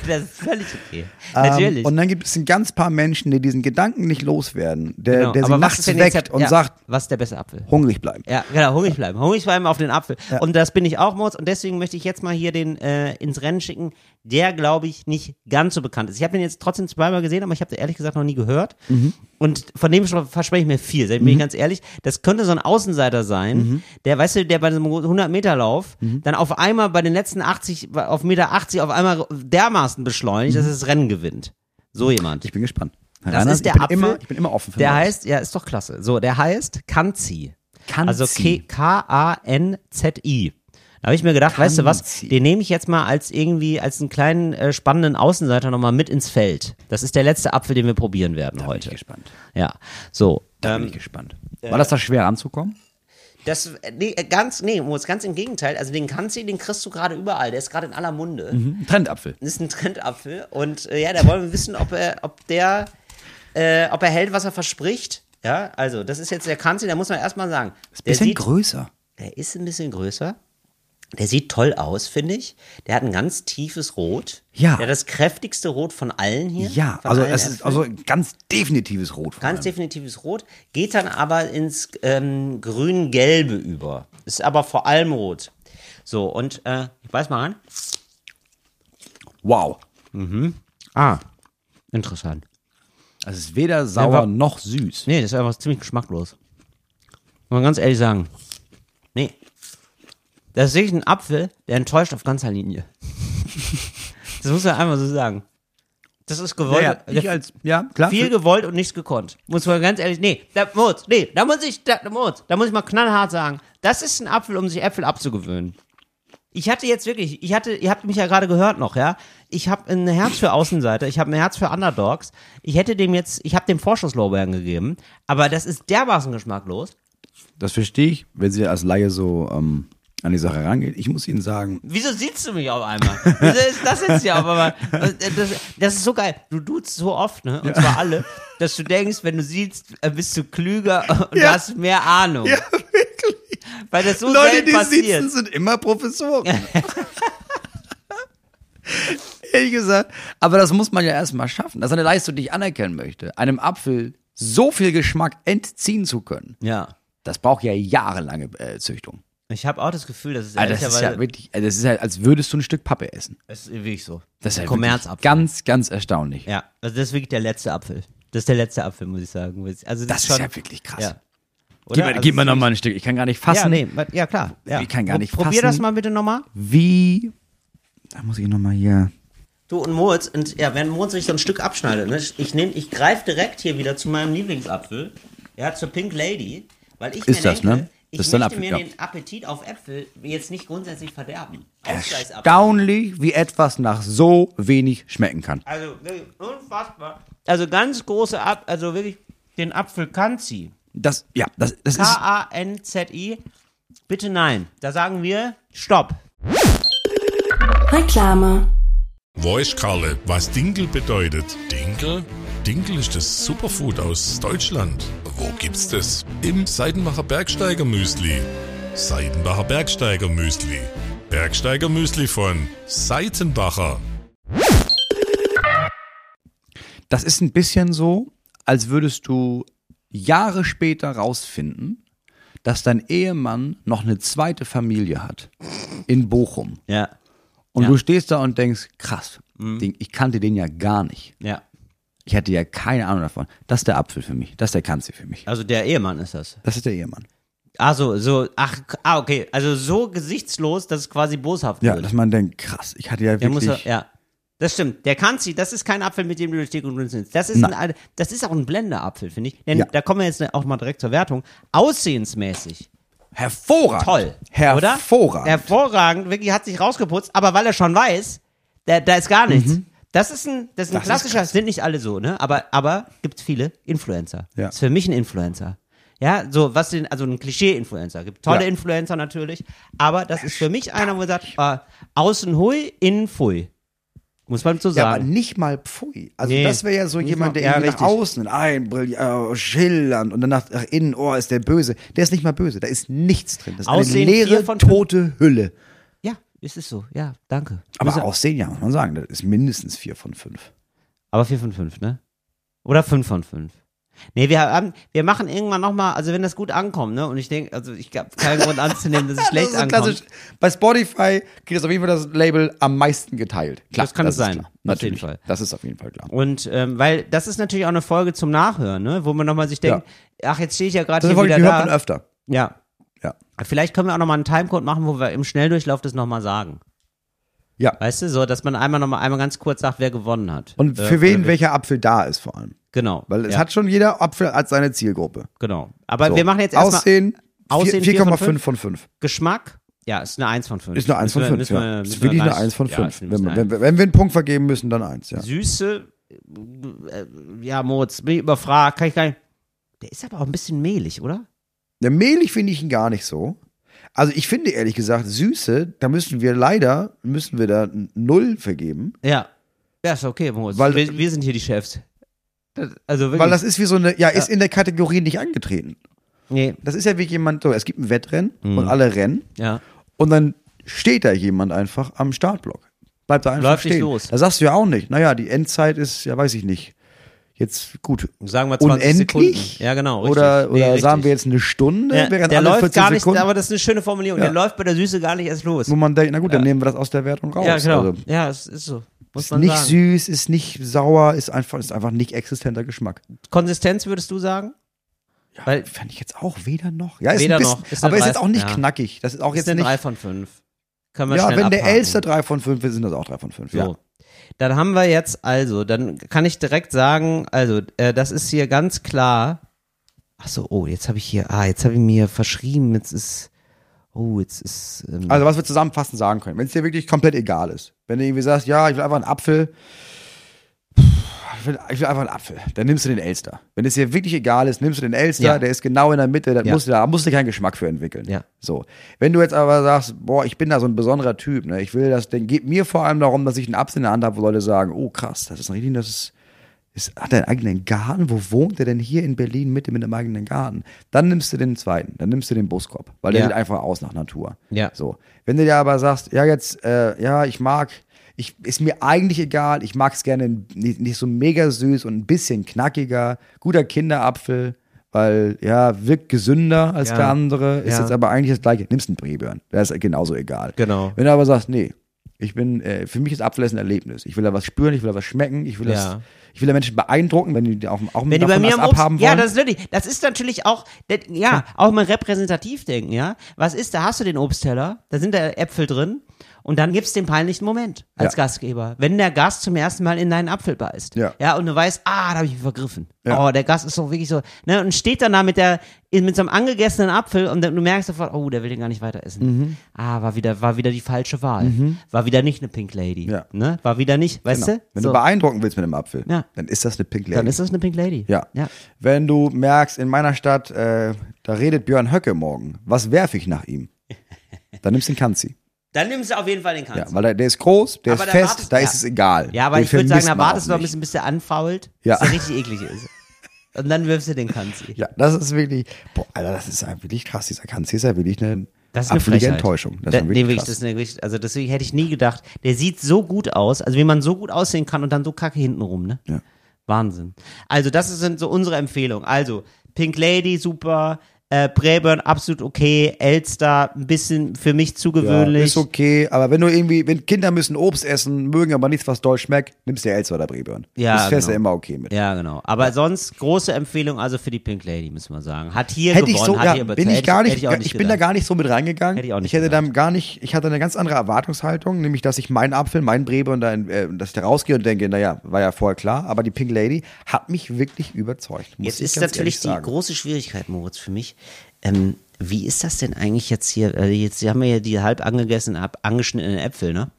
das ist völlig okay. Ähm, Natürlich. Und dann gibt es ein ganz paar Menschen, die diesen Gedanken nicht loswerden, der, Genau. der sie Aber was nachts ist denn weckt jetzt der- und ja, sagt, Was ist der beste Apfel? hungrig bleiben. Ja, genau, hungrig bleiben. Hungrig bleiben auf den Apfel. Und das bin ich auch, Moritz. Und deswegen möchte ich jetzt mal hier den äh, ins Rennen schicken, der, glaube ich, nicht ganz so bekannt ist. Ich habe den jetzt trotzdem zweimal gesehen, aber ich habe den ehrlich gesagt noch nie gehört. Mhm. Und von dem schon verspreche ich mir viel, bin ich ganz ehrlich. Das könnte so ein Außenseiter sein, Mhm. der, weißt du, der bei einem 100-Meter-Lauf dann auf einmal bei den letzten 80, auf Meter 80 auf einmal dermaßen beschleunigt, dass es das Rennen gewinnt. So jemand. Mhm. Ich bin gespannt. Herr Das Reiners, ist der ich bin Apfel. Immer, ich bin immer offen für Der Neues. heißt, ja, ist doch klasse. So, der heißt Kanzi. Kanzi. Also K- K-A-N-Z-I. Da habe ich mir gedacht, weißt du was, Kanzi. den nehme ich jetzt mal als irgendwie, als einen kleinen äh, spannenden Außenseiter nochmal mit ins Feld. Das ist der letzte Apfel, den wir probieren werden Bin ich heute. Ähm, äh, gespannt. Ja, so. Da bin ich gespannt. War das da schwer ranzukommen? Das, äh, nee, äh, ganz, nee, Moritz, ganz im Gegenteil. Also den Kanzi, den kriegst du gerade überall. Der ist gerade in aller Munde. Ein Trendapfel. Das ist ein Trendapfel. Und äh, ja, da wollen wir wissen, ob er, ob der, äh, ob er hält, was er verspricht. Ja, also das ist jetzt der Kanzi, da muss man erstmal sagen. der, Bisschen sieht, größer. der ist ein bisschen größer. Der sieht toll aus, finde ich. Der hat ein ganz tiefes Rot. Ja. Der hat das kräftigste Rot von allen hier. Ja, von also allen es ist Äpfeln. also ein ganz definitives Rot. vor Ganz allem. definitives Rot, geht dann aber ins ähm, grün-gelbe über. Ist aber vor allem rot. So, und äh, ich weiß mal an. Wow. Ah, interessant. Es ist weder sauer war- noch süß. Nee, das ist einfach ziemlich geschmacklos. Muss man ganz ehrlich sagen. Nee. Das ist wirklich ein Apfel, der enttäuscht auf ganzer Linie. das muss man einmal so sagen. Das ist gewollt. Naja, der- ich als, ja, klar. viel gewollt und nichts gekonnt. Muss man ganz ehrlich, nee, da, Moritz, nee, da muss ich, da, Moritz, da muss ich mal knallhart sagen, das ist ein Apfel, um sich Äpfel abzugewöhnen. Ich hatte jetzt wirklich, ich hatte, ihr habt mich ja gerade gehört noch, ja. Ich habe ein Herz für Außenseiter, ich habe ein Herz für Underdogs. Ich hätte dem jetzt, ich habe dem Vorschusslorbeeren gegeben, aber das ist dermaßen geschmacklos. das verstehe ich, wenn sie als Laie so ähm, an die Sache rangeht. Ich muss Ihnen sagen, Wieso siehst du mich auf einmal? Wieso ist das jetzt ja aber mal? äh, Das, das ist so geil. Du duzt so oft, ne? Und zwar alle, dass du denkst, wenn du siehst, äh, bist du klüger und Ja. hast mehr Ahnung. ja, wirklich. Weil das so Leute, selten die passiert. sitzen, sind immer Professoren. Ehrlich gesagt. Aber das muss man ja erstmal schaffen, dass eine Leistung, die ich anerkennen möchte, einem Apfel so viel Geschmack entziehen zu können. Ja. Das braucht ja jahrelange äh, Züchtung. Ich habe auch das Gefühl, dass es Also das ist ja ehrlicherweise- wirklich, also das ist ja, als würdest du ein Stück Pappe essen. es ist wirklich so. Das ist ja wirklich Kommerzapfel. Ganz, ganz erstaunlich. Ja, also das ist wirklich der letzte Apfel. Das ist der letzte Apfel, muss ich sagen. Also Das ist schon, ja wirklich krass. Ja. Oder? Gib mir, Also gib mir es ist nochmal ein Stück. Ich kann gar nicht Ja, fassen, nee, wa- ja klar. Ja. Ich kann gar nicht Probier fassen. das mal bitte nochmal. wie. Da muss ich nochmal hier. Du und Moritz, und ja, wenn Moritz sich so ein Stück abschneidet, ne, ich nehm, ich greife direkt hier wieder zu meinem Lieblingsapfel, ja, zur Pink Lady, weil ich Ist mir das, denke, ne? ich Das ist möchte dein Apfel, mir ja. den Appetit auf Äpfel jetzt nicht grundsätzlich verderben. Ausgleichsapfel. Erstaunlich, wie etwas nach so wenig schmecken kann. Also wirklich unfassbar. Also ganz große Ab, also wirklich den Apfel Kanzi. Das, ja, das, das ist. K-A-N-Z-I. Bitte nein. Da sagen wir Stopp. Reklame. Voice-Karle, was Dinkel bedeutet. Dinkel? Dinkel ist das Superfood aus Deutschland. Wo gibt's das? Im Seidenbacher Bergsteiger Müsli. Seidenbacher Bergsteiger Müsli. Bergsteiger Müsli von Seitenbacher. Das ist ein bisschen so, als würdest du Jahre später rausfinden, dass dein Ehemann noch eine zweite Familie hat in Bochum. Ja, Und Ja. Mhm. du stehst da und denkst, krass, den, ich kannte den ja gar nicht. ja. Ich hatte ja keine Ahnung davon. Das ist der Apfel für mich. Das ist der Kanzi für mich. Also der Ehemann ist das. Das ist der Ehemann. Ah, so, so, ach, ah, okay. Also so gesichtslos, dass es quasi boshaft Ja, wird. Also, dass man denkt, krass, ich hatte ja der wirklich. muss ja, ja. Das stimmt. Der Kanzi, das ist kein Apfel, mit dem du durch dick und dünn sind. Das ist, Nein. ein, das ist auch ein Blenderapfel, finde ich. Denn Ja. da kommen wir jetzt auch mal direkt zur Wertung. Aussehensmäßig. Hervorragend. Toll. oder? Hervorragend. Hervorragend. Wirklich hat sich rausgeputzt. Aber weil er schon weiß, da, da ist gar nichts. Das ist ein, das ist Mhm. ein Das ist klassischer, krass. sind nicht alle so, ne? Aber, aber gibt's viele Influencer. Ja. Ist für mich ein Influencer. Ja, so, was den, also ein Klischee-Influencer. Gibt tolle Ja. Influencer natürlich. Aber das ist für mich einer, wo er sagt, äh, außen hui, innen pfui. Muss man so ja, aber sagen. nicht mal Pfui. Also Nee, das wäre ja so nicht jemand, mal- der ja, irgendwie nach richtig. außen ein, brillant, oh, schillernd und dann nach, nach innen, oh, ist der böse. Der ist nicht mal böse, da ist nichts drin. Das ist Aussehen eine leere, vier von fünf. tote Hülle. ja, ist es so. Ja, danke. Aber Muss er- Aussehen, ja, muss man sagen, das ist mindestens vier von fünf. Aber 4 von 5, ne? Oder 5 von 5. Nee, wir, haben, wir machen irgendwann nochmal, also wenn das gut ankommt, ne? Und ich denke, also ich habe keinen Grund anzunehmen, dass es schlecht so ankommt. Bei Spotify geht das auf jeden Fall das Label am meisten geteilt. Klar, Das kann es ist sein. Klar. Auf jeden Natürlich. Fall. Das ist auf jeden Fall klar. Und ähm, weil das ist natürlich auch eine Folge zum Nachhören, ne? Wo man nochmal sich denkt, ach, jetzt stehe ich ja gerade Das ist hier wirklich, wieder die hört man da. öfter. Ja. Ja. Vielleicht können wir auch nochmal einen Timecode machen, wo wir im Schnelldurchlauf das nochmal sagen. Ja. Weißt du, so, dass man einmal nochmal einmal ganz kurz sagt, wer gewonnen hat. Und Äh, für wen oder- welcher Apfel da ist vor allem. Genau. Weil es ja, hat schon jeder Apfel als seine Zielgruppe. Genau. Aber So. wir machen jetzt erstmal Aussehen, Aussehen Aussehen 4,5 von 5. Geschmack. Ja, ist eine 1 von 5. Ist eine 1 von 5. Ja. Ist wirklich eine 1 von 5. wenn, wir- wenn, wir- wenn wir einen Punkt vergeben müssen, dann 1. Ja. süße, äh, ja, Moritz, bin ich überfragt, kann ich gar nicht. Der ist aber auch ein bisschen mehlig, oder? Ja, mehlig finde ich ihn gar nicht so. Also ich finde ehrlich gesagt, Süße, da müssen wir leider, müssen wir da 0 vergeben. Ja. Ja, ist okay, Moritz. Weil- wir, wir sind hier die Chefs. Das- Also wirklich. Weil das ist wie so eine, ja, ist in der Kategorie nicht angetreten. nee, Das ist ja wie jemand, so, es gibt ein Wettrennen Hm. und alle rennen ja. und dann steht da jemand einfach am Startblock. Bleibt da einfach Läuft nicht stehen. los. Da sagst du ja auch nicht, naja, die Endzeit ist, ja weiß ich nicht, jetzt gut, Sagen wir 20 unendlich? Sekunden. Ja, genau. Richtig. Oder, Nee, oder richtig. sagen wir jetzt eine Stunde, ja, während der alle läuft 14 gar nicht, Sekunden, aber das ist eine schöne Formulierung. Ja. Der läuft bei der Süße gar nicht erst los. wo man denkt, na gut, dann nehmen wir das aus der Wertung raus. ja, genau. Also, ja, es ist so. Muss ist man nicht sagen. süß, ist nicht sauer, ist einfach, ist einfach nicht existenter Geschmack. Konsistenz würdest du sagen? Weil Fand ich jetzt auch weder noch. Ja, ist Weder ein bisschen, noch. Ist eine aber ist drei- jetzt auch nicht ja. knackig. Das ist auch ist jetzt eine nicht. 3 von 5. Können wir ja, schnell wenn der abhaken. Elster 3 von 5 ist, sind das auch 3 von 5. So. Ja. Dann haben wir jetzt also, dann kann ich direkt sagen, also äh, das ist hier ganz klar. Ach so, oh, jetzt habe ich hier, ah, jetzt habe ich mir verschrieben, jetzt ist, oh, jetzt ist, ähm, Also, was wir zusammenfassend sagen können, wenn es dir wirklich komplett egal ist, wenn du irgendwie sagst, ja, ich will einfach einen Apfel, pff, ich will, ich will einfach einen Apfel. Dann nimmst du den Elster. Wenn es dir wirklich egal ist, nimmst du den Elster, Ja. der ist genau in der Mitte, da Ja. musst du da musst du keinen Geschmack für entwickeln. Ja. So. Wenn du jetzt aber sagst, boah, ich bin da so ein besonderer Typ, ne? Ich will das Ding, geht mir vor allem darum, dass ich einen Apfel in der Hand habe, wo Leute sagen, oh krass, das ist ein richtig, das ist, ist hat er einen eigenen Garten, wo wohnt er denn hier in Berlin mit mit einem eigenen Garten? Dann nimmst du den zweiten, dann nimmst du den Buskopf, weil der Ja. sieht einfach aus nach Natur. Ja. So. Wenn du dir aber sagst, ja, jetzt, äh, ja, ich mag, ich, ist mir eigentlich egal, ich mag es gerne nicht, nicht so mega süß und ein bisschen knackiger, guter Kinderapfel, weil ja, wirkt gesünder als Ja. der andere, ist Ja. jetzt aber eigentlich das gleiche. Nimmst einen Brehbirn, der ist genauso egal. Genau. Wenn du aber sagst, nee, ich bin, äh, für mich ist Apfelessen ein Erlebnis. Ich will da was spüren, ich will da was schmecken, ich will, das, Ja. ich will da Menschen beeindrucken, wenn die auch, auch Wenn die bei davon mir was am Obst, abhaben wollen. ja, das ist natürlich, das ist natürlich auch, das- ja, auch mal repräsentativ denken, ja. Was ist, da hast du den Obstteller, da sind da Äpfel drin und dann gibt's den peinlichen Moment als Ja. Gastgeber, wenn der Gast zum ersten Mal in deinen Apfel beißt, Ja. ja und du weißt, ah, da habe ich mich vergriffen. Ja. Oh, der Gast ist doch wirklich so, ne, und steht dann da mit der mit so einem angegessenen Apfel und dann, du merkst sofort, oh, der will den gar nicht weiter essen. Mhm. Ah, war wieder, war wieder die falsche Wahl, war wieder nicht eine Pink Lady, Ja. ne, war wieder nicht, weißt Genau. du? Wenn So, du beeindrucken willst mit einem Apfel, Ja. dann ist das eine Pink Lady. dann ist das eine Pink Lady. Ja. ja. Wenn du merkst, in meiner Stadt, äh, da redet Björn Höcke morgen, was werfe ich nach ihm? Dann nimmst du den Kanzi. Dann nimmst du auf jeden Fall den Kanzler. Ja, weil der, der ist groß, der Also. Aber ist da fest, wartest- da ja. ist es egal. Ja, aber Den ich würde sagen, vermisst da man wartest du auch ein nicht. bisschen, bis der anfault, Ja. bis der richtig eklig ist. Und dann wirfst du den Kanzi. Ja, das ist wirklich, boah, Alter, das ist ja wirklich krass. Dieser Kanzi ist ja wirklich eine, Das ist eine absolute Frechheit. Enttäuschung. Das Da- ist ja wirklich nee, wirklich, krass. das ist eine, wirklich- also deswegen hätte ich nie gedacht, der sieht so gut aus, also wie man so gut aussehen kann und dann so kacke hintenrum, ne? Ja. Wahnsinn. Also das sind so unsere Empfehlungen. Also Pink Lady, super. Äh, Braeburn, absolut okay. Elster, ein bisschen für mich ja, zugewöhnlich. ist okay, aber wenn du irgendwie, wenn Kinder müssen Obst essen, mögen aber nichts, was doll schmeckt, nimmst du Elster oder Brehbirn. Ja, Das fährst du genau. immer okay mit. Ja, genau. Aber sonst große Empfehlung also für die Pink Lady, müssen wir sagen. Hat hier Hätte ich gewonnen, so, hat ja, hier bin überzeugt. ich gar nicht, Hätte ich, auch nicht bin da gedacht. gar nicht so mit reingegangen. Hätte ich auch nicht hätte gedacht. dann gar nicht, ich hatte eine ganz andere Erwartungshaltung, nämlich, dass ich meinen Apfel, meinen Brebe und dann, äh, dass ich da rausgehe und denke, naja, war ja vorher klar, aber die Pink Lady hat mich wirklich überzeugt. Muss Jetzt ich ist ganz natürlich ehrlich die sagen. große Schwierigkeit, Moritz, für mich. Ähm, wie ist das denn eigentlich jetzt hier? Äh, jetzt haben wir ja die halb angegessenen, ab, angeschnittenen Äpfel, ne?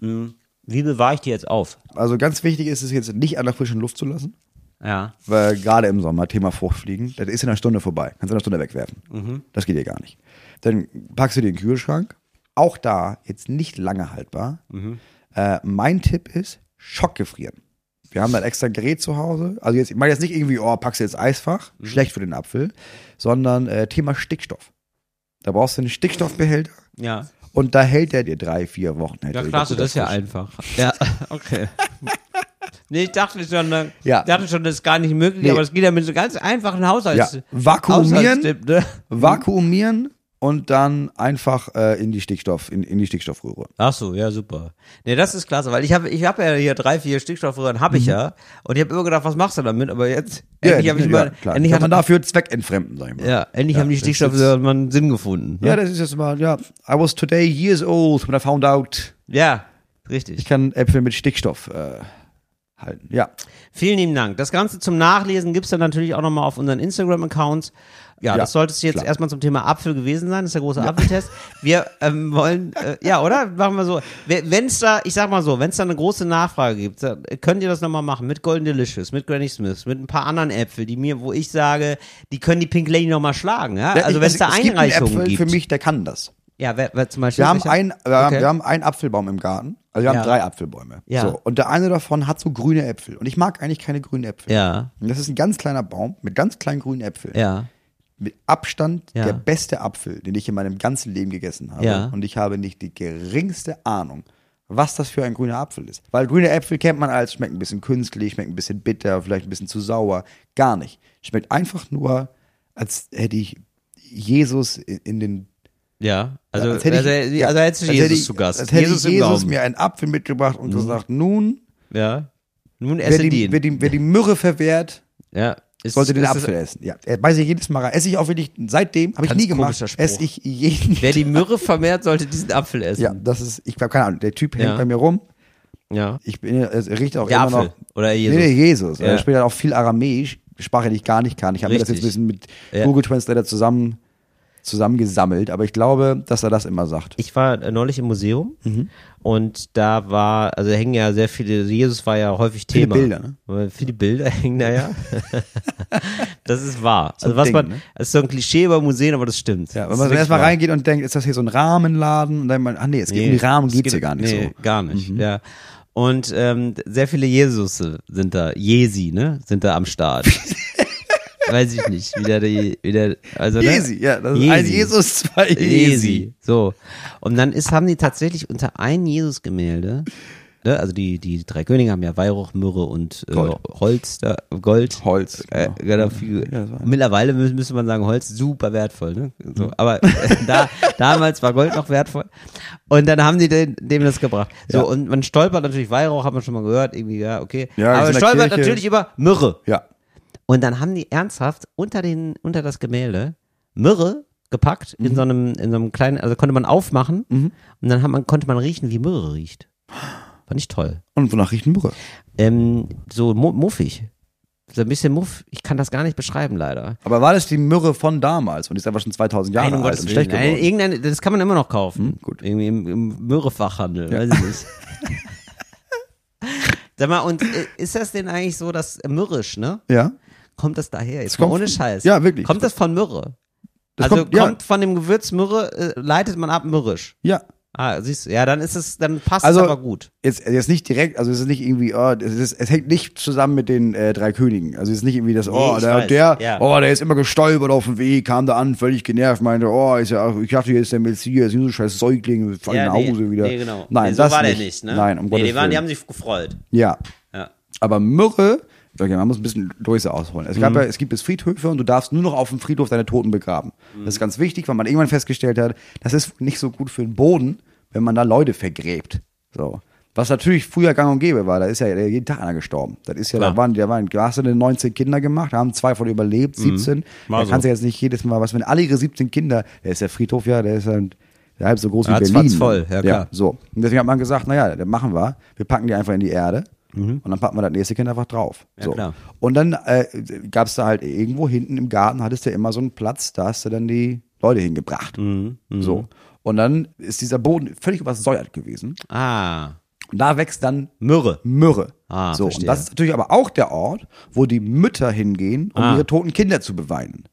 Hm, Wie bewahre ich die jetzt auf? Also ganz wichtig ist es jetzt nicht an der frischen Luft zu lassen, Ja. weil gerade im Sommer, Thema Fruchtfliegen, das ist in einer Stunde vorbei. Kannst du in einer Stunde wegwerfen. Mhm. Das geht dir gar nicht. Dann packst du die in den Kühlschrank. Auch da jetzt nicht lange haltbar. Mhm. Äh, mein Tipp ist, Schockgefrieren. Wir haben da ein extra Gerät zu Hause. Also jetzt, ich meine jetzt nicht irgendwie, oh, packst du jetzt Eisfach, Mhm. schlecht für den Apfel, sondern äh, Thema Stickstoff. Da brauchst du einen Stickstoffbehälter Ja. und da hält der dir drei, vier Wochen. hält Ja, er dir klar, gut das ist ja frisch. einfach. Ja, okay. Nee, ich dachte schon, äh, Ja. ich dachte schon, das ist gar nicht möglich, Nee. aber es geht ja mit so ganz einfachen Haushalts Ja. Vakuumieren. Haushaltstipp, ne? Vakuumieren und dann einfach äh, in die Stickstoff, in, in die Stickstoffröhre. Ach so, ja, super. Nee, das ist klasse, weil ich habe ich hab ja hier drei, vier Stickstoffröhren, habe ich ja. Und ich habe immer gedacht, was machst du damit? Aber jetzt, endlich habe ich Mhm. ja, mal, klar. endlich, Kann man hat, dafür zweckentfremden, sag ich mal. ja, endlich haben die das ist Stickstoffröhren mal einen Sinn gefunden. Ja, Ne? das ist jetzt mal, ja. I was today years old when I found out, Ja, ich richtig. kann Äpfel mit Stickstoff äh, halten. Ja. Vielen lieben Dank. Das Ganze zum Nachlesen gibt's dann natürlich auch nochmal auf unseren Instagram-Accounts. Ja, Ja, das sollte es jetzt klar. erstmal zum Thema Apfel gewesen sein. Das ist der große Apfeltest. Wir ähm, wollen, äh, ja, oder? Machen wir so. Wenn es da, ich sag mal so, wenn es da eine große Nachfrage gibt, dann könnt ihr das nochmal machen mit Golden Delicious, mit Granny Smith, mit ein paar anderen Äpfel, die mir, wo ich sage, die können die Pink Lady nochmal schlagen. Ja? Also Ich- wenn es da es gibt einen Einreichungen Äpfel gibt. für mich, der kann das. ja, wer, wer zum Beispiel. Wir haben, welcher? ein, wir, haben, Okay. wir haben einen Apfelbaum im Garten. Also wir haben Ja. drei Apfelbäume. Ja. So, und der eine davon hat so grüne Äpfel. Und ich mag eigentlich keine grünen Äpfel. Ja. Und das ist ein ganz kleiner Baum mit ganz kleinen grünen Äpfeln. Ja. mit Abstand Ja. der beste Apfel, den ich in meinem ganzen Leben gegessen habe. Ja. Und ich habe nicht die geringste Ahnung, was das für ein grüner Apfel ist. Weil grüne Äpfel kennt man als, schmeckt ein bisschen künstlich, schmeckt ein bisschen bitter, vielleicht ein bisschen zu sauer. Gar nicht. Schmeckt einfach nur, als hätte ich Jesus in in den Ja, also, als hätte ich, also, also, ja, hättest du als Jesus hätte ich- zu Gast. Als hätte Jesus Jesus, im Jesus Glauben. Mhm. mir einen Apfel mitgebracht und gesagt, nun, Ja. Nun wer esse die, den. wer, die, wer die Myrrhe verwehrt, ja. Ist, sollte den ist das- Apfel essen. Ja, weiß ich jedes Mal. rein. Esse ich auch wirklich, seitdem, habe ich Ganz nie gemacht, komischer Spruch. esse ich jeden Wer die Myrrhe vermehrt, sollte diesen Apfel essen. Ja, das ist, ich glaube, keine Ahnung, der Typ hängt Ja. bei mir rum. Ja. Ich bin, es riecht auch Der immer Apfel. noch. Oder Jesus. Jesus. Nee, nee, Jesus. Ja. Er spielt halt auch viel Aramäisch, Sprache, die ich gar nicht kann. Ich habe mir das jetzt ein Richtig. bisschen mit Ja. Google Translator zusammen zusammengesammelt, aber ich glaube, dass er das immer sagt. Ich war äh, neulich im Museum Mhm. und da war, also da hängen ja sehr viele, Jesus war ja häufig Viele Thema. Bilder, ne? Weil Viele Bilder hängen da ja. das ist wahr. ein also was Ding, man, ne? das ist so ein Klischee über Museen, aber das stimmt. Ja, Das wenn ist man wirklich erstmal wahr. reingeht und denkt, ist das hier so ein Rahmenladen? Und dann man, ach nee, es geht um die Rahmen, es geht's geht- hier gar nicht Mhm. nee, Gar nicht, ja. Und ähm, sehr viele Jesus sind da, Jesi, ne, sind da am Start. Weiß ich nicht, wieder die, wieder, also so. ne? Jesi, ja, das ist ein Jesus, zwei Jesi. Jesi. So. Und dann ist, haben die tatsächlich unter ein Jesus-Gemälde, ne, also die, die drei Könige haben ja Weihrauch, Myrrhe und äh, Gold. Holz, da, Gold. Holz, Äh, genau. genau, viel, Ja, das war- Mhm. mittlerweile mü müsste man sagen, Holz super wertvoll. Ne? So, aber äh, da, damals war Gold noch wertvoll. Und dann haben die den, dem das gebracht. So, Ja. und man stolpert natürlich, Weihrauch hat man schon mal gehört, irgendwie, ja, okay. Ja, ist aber in man der stolpert Kirche. natürlich über Myrrhe. Ja, Und dann haben die ernsthaft unter, den, unter das Gemälde Myrrhe gepackt in, so einem, in so einem kleinen, also konnte man aufmachen und dann hat man, konnte man riechen, wie Myrrhe riecht. Fand ich toll. und wonach riecht ein Brühe? Ähm, so mu muffig. So ein bisschen muff. Ich kann das gar nicht beschreiben, leider. Aber war das die Myrrhe von damals? Und die ist einfach schon 2000 Jahre um alt Gottes und Willen. schlecht Nein, geworden. irgendeine, das kann man immer noch kaufen. gut. Irgendwie im, im Myrrhefachhandel, weiß ich nicht. Sag mal, und äh, ist das denn eigentlich so, dass mürrisch, ne? Ja, Kommt das daher? Jetzt Es kommt mal ohne von- Scheiß. ja, wirklich. Kommt das von Myrrhe? Das also kommt, kommt- ja. von dem Gewürz Myrrhe, äh, leitet man ab mürrisch. ja. Ah, siehst du, ja, dann ist es, dann passt Also- es aber gut. Jetzt, jetzt nicht direkt, also es ist nicht irgendwie, oh, es, ist, es hängt nicht zusammen mit den äh, drei Königen. Also es ist nicht irgendwie das, oh, ich der, weiß, der, ja. oh, der ist immer gestolpert auf dem Weg, kam da an, völlig genervt, meinte, oh, ist ja, ich dachte, hier ist der Messias, Jesus scheiß Säugling, fahr nach Hause oh, wieder. nee, genau. Nein, nee, so das war nicht. der nicht, ne? Nein, um nee, Gottes die, waren, die Willen. haben sich gefreut. ja. Ja. Aber Myrrhe, okay, man muss ein bisschen Größe ausholen. Es, Mhm. gab ja, es gibt jetzt Friedhöfe und du darfst nur noch auf dem Friedhof deine Toten begraben. Das Mhm. ist ganz wichtig, weil man irgendwann festgestellt hat, das ist nicht so gut für den Boden, wenn man da Leute vergräbt. So. Was natürlich früher gang und gäbe war, da ist ja jeden Tag einer gestorben. Das ist ja, Klar. da waren, da waren, da hast du denn 19 Kinder gemacht, da haben zwei von überlebt, 17. Mhm. War Da so. kannst du jetzt nicht jedes Mal, was, wenn alle ihre 17 Kinder, der ist der Friedhof, ja, der ist halt halb so groß wie Ratzfatz Berlin. voll, ja, klar. So. Und deswegen hat man gesagt, naja, dann machen wir, wir packen die einfach in die Erde und dann packen wir das nächste Kind einfach drauf. so. klar. Und dann äh, gab es da halt irgendwo hinten im Garten, hattest du immer so einen Platz, da hast du dann die Leute hingebracht. So. Und dann ist dieser Boden völlig übersäuert gewesen. Ah, Und da wächst dann Myrrhe. Myrrhe. Ah, so. verstehe. Und das ist natürlich aber auch der Ort, wo die Mütter hingehen, um Ah. ihre toten Kinder zu beweinen.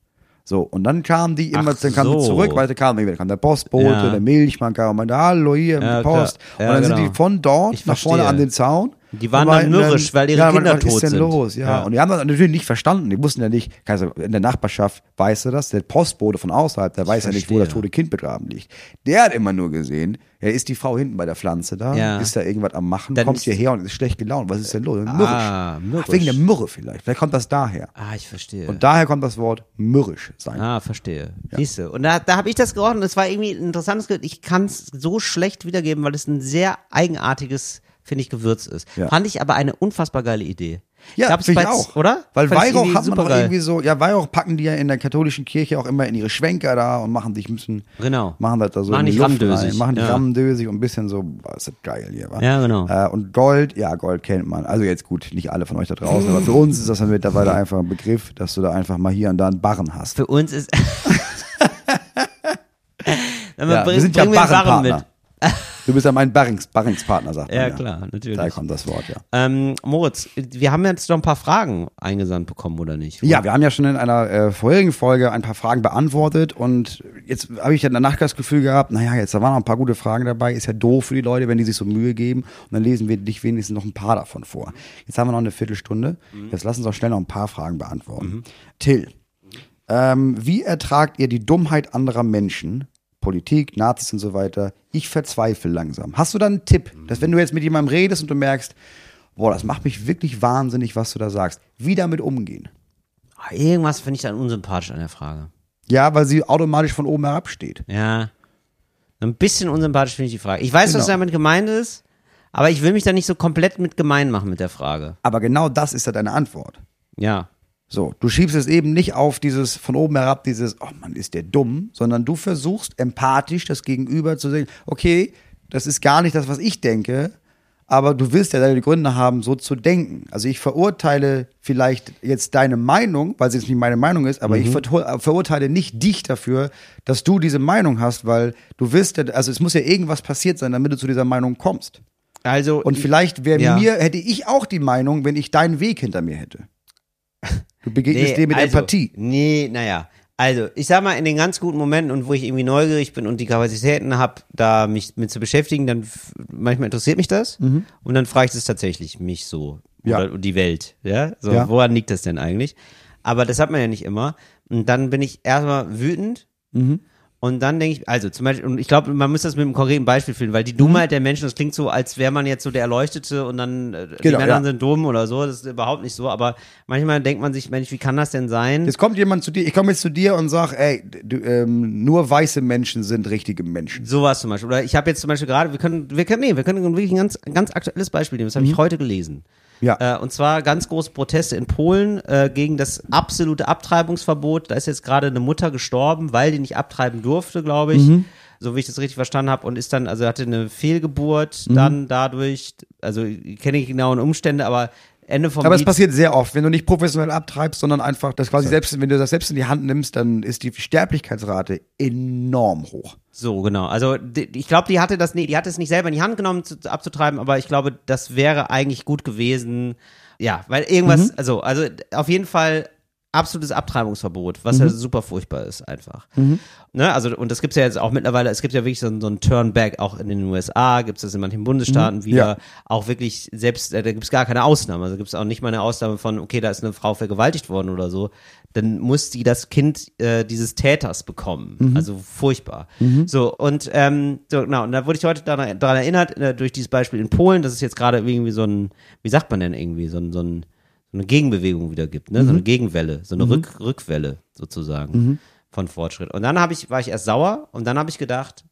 So, und dann kamen die immer, Ach dann kamen so. die zurück, weil da kam, dann kam der Postbote, Ja. der Milchmann kam und meinte, hallo hier, Ja, die Post. klar. Ja, und dann genau. sind die von dort Ich nach vorne verstehe. an den Zaun. Die waren und dann meinten mürrisch, weil ihre ja, Kinder was, was ist tot denn sind. los? Ja. Ja. Und die haben das natürlich nicht verstanden. Die wussten ja nicht, also in der Nachbarschaft weißt du das, der Postbote von außerhalb, der weiß ja nicht, wo verstehe. das tote Kind begraben liegt. Der hat immer nur gesehen, ja, ist die Frau hinten bei der Pflanze da? Ja. Ist da irgendwas am Machen? Dann kommt ist- hierher und ist schlecht gelaunt. Was ist denn los? Mürrisch. Ah, mürrisch. Ach, wegen der Mürre vielleicht. Vielleicht kommt das daher. Ah, ich verstehe. Und daher kommt das Wort mürrisch sein. Ah, verstehe. Siehst du. Und da, da habe ich das gerochen und es war irgendwie ein interessantes Gewürz. Ich kann es so schlecht wiedergeben, weil es ein sehr eigenartiges, finde ich, Gewürz ist. Ja. Fand ich aber eine unfassbar geile Idee. Ja, Gab's finde ich bei- auch. Oder? Weil Fand ich Weihrauch irgendwie hat man doch supergeil. irgendwie so, ja, Weihrauch packen die ja in der katholischen Kirche auch immer in ihre Schwenker da und machen dich ein bisschen, Genau. machen das da so Machen in die dich Luft rammdösig. rein, machen dich Ja. rammdösig und ein bisschen so, boah, ist das geil hier, wa? Ja, genau. Äh, und Gold, ja, Gold kennt man. Also jetzt gut, nicht alle von euch da draußen, aber für uns ist das dann mittlerweile einfach ein Begriff, dass du da einfach mal hier und da einen Barren hast. Für uns ist. Wenn man Ja, bring- wir sind ja bring mir einen Barren Barrenpartner. Du bist ja mein Barrings, Barringspartner, sagt Ja, man. klar, natürlich. Daher kommt das Wort, ja. Ähm, Moritz, wir haben jetzt noch ein paar Fragen eingesandt bekommen, oder nicht? Ja, wir haben ja schon in einer äh, vorherigen Folge ein paar Fragen beantwortet und jetzt habe ich ja danach das Gefühl gehabt, naja, jetzt da waren noch ein paar gute Fragen dabei, ist ja doof für die Leute, wenn die sich so Mühe geben und dann lesen wir dich wenigstens noch ein paar davon vor. Jetzt haben wir noch eine Viertelstunde, jetzt lass uns doch schnell noch ein paar Fragen beantworten. Till, ähm, wie ertragt ihr die Dummheit anderer Menschen? Politik, Nazis und so weiter. Ich verzweifle langsam. Hast du da einen Tipp, dass wenn du jetzt mit jemandem redest und du merkst, boah, das macht mich wirklich wahnsinnig, was du da sagst, wie damit umgehen? Ah, Irgendwas finde ich dann unsympathisch an der Frage. Ja, weil sie automatisch von oben herab steht. Ja. Ein bisschen unsympathisch finde ich die Frage. Ich weiß, was Genau. damit gemeint ist, aber ich will mich da nicht so komplett mit gemein machen mit der Frage. Aber genau das ist ja deine Antwort. Ja. So, du schiebst es eben nicht auf dieses von oben herab, dieses, oh Mann, ist der dumm, sondern du versuchst empathisch das Gegenüber zu sehen, okay, das ist gar nicht das, was ich denke, Aber du wirst ja deine Gründe haben, so zu denken. Also ich verurteile vielleicht jetzt deine Meinung, weil sie jetzt nicht meine Meinung ist, aber ich vertu- äh, verurteile nicht dich dafür, dass du diese Meinung hast, weil du wirst, ja- also es muss ja irgendwas passiert sein, damit du zu dieser Meinung kommst. Also Und vielleicht wäre Ja. mir, hätte ich auch die Meinung, wenn ich deinen Weg hinter mir hätte. Du begegnest dir mit also, Empathie. Nee, naja. Also, ich sag mal, in den ganz guten Momenten und wo ich irgendwie neugierig bin und die Kapazitäten habe, da mich mit zu beschäftigen, dann f- manchmal interessiert mich das und dann frage ich das tatsächlich mich so. Mhm. Ja. Oder die Welt. Ja? So, Ja. woran liegt das denn eigentlich? Aber das hat man ja nicht immer. Und dann bin ich erstmal wütend. Mhm. Und dann denke ich, also zum Beispiel, und ich glaube, man muss das mit einem konkreten Beispiel finden, weil Mhm. die Dummheit der Menschen, das klingt so, als wäre man jetzt so der Erleuchtete und dann äh, die Genau, Männer ja. sind sind dumm oder so, das ist überhaupt nicht so, aber manchmal denkt man sich, Mensch, wie kann das denn sein? Jetzt kommt jemand zu dir, ich komme jetzt zu dir und sag, ey, du, ähm, nur weiße Menschen sind richtige Menschen. Sowas zum Beispiel. Oder ich habe jetzt zum Beispiel gerade, wir können, wir können, nee, wir können wirklich ein ganz, ganz aktuelles Beispiel nehmen, das habe ich heute gelesen. Mhm. Ja. Äh, und zwar ganz große Proteste in Polen äh, gegen das absolute Abtreibungsverbot. Da ist jetzt gerade eine Mutter gestorben, weil die nicht abtreiben durfte, glaube ich. Mhm. So wie ich das richtig verstanden habe. Und ist dann, also hatte eine Fehlgeburt Mhm. dann dadurch, also ich kenne die genauen Umstände, aber Ende vom Aber es Lied- passiert sehr oft, wenn du nicht professionell abtreibst, sondern einfach das quasi selbst, wenn du das selbst in die Hand nimmst, dann ist die Sterblichkeitsrate enorm hoch. So, genau. Also die, ich glaube, die hatte das nee, die hatte es nicht selber in die Hand genommen zu, abzutreiben, aber ich glaube, das wäre eigentlich gut gewesen. Ja, weil irgendwas, also, also auf jeden Fall absolutes Abtreibungsverbot, was ja super furchtbar ist einfach. Ne, also, und das gibt's ja jetzt auch mittlerweile, es gibt ja wirklich so, ein- so ein Turnback, auch in den USA gibt's das in manchen Bundesstaaten wieder, Ja. auch wirklich selbst, äh, da gibt's gar keine Ausnahme, also gibt's auch nicht mal eine Ausnahme von, okay, da ist eine Frau vergewaltigt worden oder so, dann muss die das Kind äh, dieses Täters bekommen, also furchtbar. So, und ähm, so, genau, und da wurde ich heute daran, daran erinnert, äh, durch dieses Beispiel in Polen, dass es jetzt gerade irgendwie so ein, wie sagt man denn irgendwie, so ein, so ein so eine Gegenbewegung wieder gibt, ne? so eine Gegenwelle, so eine Rück Rückwelle sozusagen von Fortschritt. Und dann habe ich, war ich erst sauer und dann habe ich gedacht,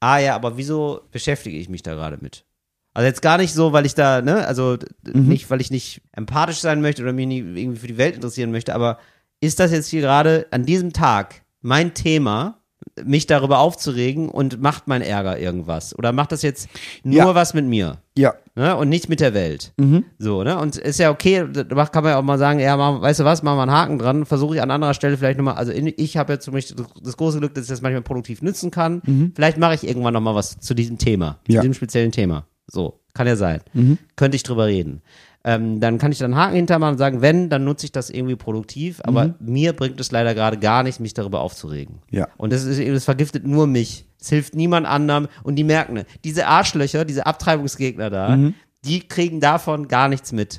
ah ja, aber wieso beschäftige ich mich da gerade mit? Also jetzt gar nicht so, weil ich da, ne, also d- nicht, weil ich nicht empathisch sein möchte oder mich nie irgendwie für die Welt interessieren möchte, aber ist das jetzt hier gerade an diesem Tag mein Thema, mich darüber aufzuregen und macht mein Ärger irgendwas? Oder macht das jetzt nur Ja. was mit mir? Ja. ne? und nicht mit der Welt. Mhm. So, ne? Und ist ja okay, da mach- kann man ja auch mal sagen, ja, mach, weißt du was, machen wir einen Haken dran, versuche ich an anderer Stelle vielleicht nochmal, also in, ich habe ja zum Beispiel das- das große Glück, dass ich das manchmal produktiv nutzen kann. Vielleicht mache ich irgendwann nochmal was zu diesem Thema, zu Mhm. Ja. Mhm. diesem speziellen Thema. So, kann ja sein. Könnte ich drüber reden. Ähm, dann kann ich dann einen Haken hintermachen und sagen, wenn, dann nutze ich das irgendwie produktiv, aber mir bringt es leider gerade gar nichts, mich darüber aufzuregen. Mhm. Ja. Und das, ist, das vergiftet nur mich. Es hilft niemand anderem. Und die merken, ne, diese Arschlöcher, diese Abtreibungsgegner da, Mhm. die kriegen davon gar nichts mit.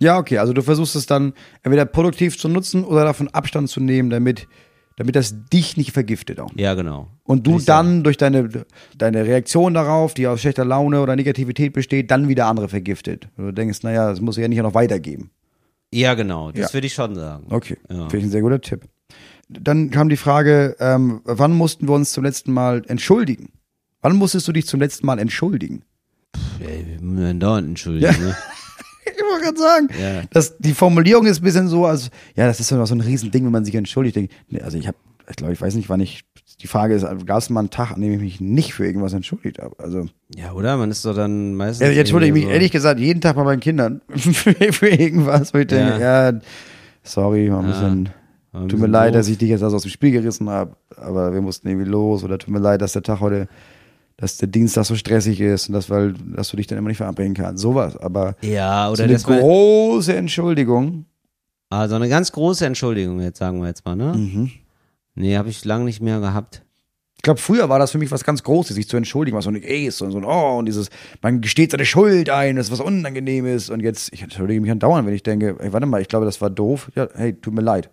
Ja, okay, also du versuchst es dann entweder produktiv zu nutzen oder davon Abstand zu nehmen, damit, damit das dich nicht vergiftet auch. Ja, genau. Und du Würde ich sagen. dann durch deine, deine Reaktion darauf, die aus schlechter Laune oder Negativität besteht, dann wieder andere vergiftet. Und Du denkst, naja, das muss ich ja nicht noch weitergeben. Ja, genau. Das Ja. würde ich schon sagen. Okay, Ja. finde ich ein sehr guter Tipp. Dann kam die Frage, ähm, wann mussten wir uns zum letzten Mal entschuldigen? Wann musstest du dich zum letzten Mal entschuldigen? Ey, wir müssen dann dauernd entschuldigen. Ne? Ich wollte gerade sagen, Ja. das, die Formulierung ist ein bisschen so, als ja, das ist so noch so ein Riesending, wenn man sich entschuldigt. Denke, nee, also ich habe, ich glaube, ich weiß nicht, wann ich, die Frage ist, gab es mal einen Tag, an dem ich mich nicht für irgendwas entschuldigt habe? Also, Ja, oder? Man ist doch dann meistens. Ja, jetzt würde ich mich irgendwie so- ehrlich gesagt jeden Tag bei meinen Kindern für, für irgendwas, wo ich denke, ja, sorry, war ein bisschen, war ein tut mir bisschen leid, doof. dass ich dich jetzt also aus dem Spiel gerissen habe, aber wir mussten irgendwie los oder tut mir leid, dass der Tag heute, dass der Dienstag so stressig ist und das, weil, dass du dich dann immer nicht verabreden kannst, sowas, aber Ja, so oder eine das war, große Entschuldigung. Also eine ganz große Entschuldigung, jetzt sagen wir jetzt mal, ne? Mhm. Nee, habe ich lange nicht mehr gehabt. Ich glaube, früher war das für mich was ganz Großes, sich zu entschuldigen, was so ein Ace und so ein Oh und dieses, man gesteht seine Schuld ein, das ist was unangenehm ist und jetzt, ich entschuldige mich andauernd, wenn ich denke, ey, warte mal, ich glaube, das war doof. Ja, hey, tut mir leid.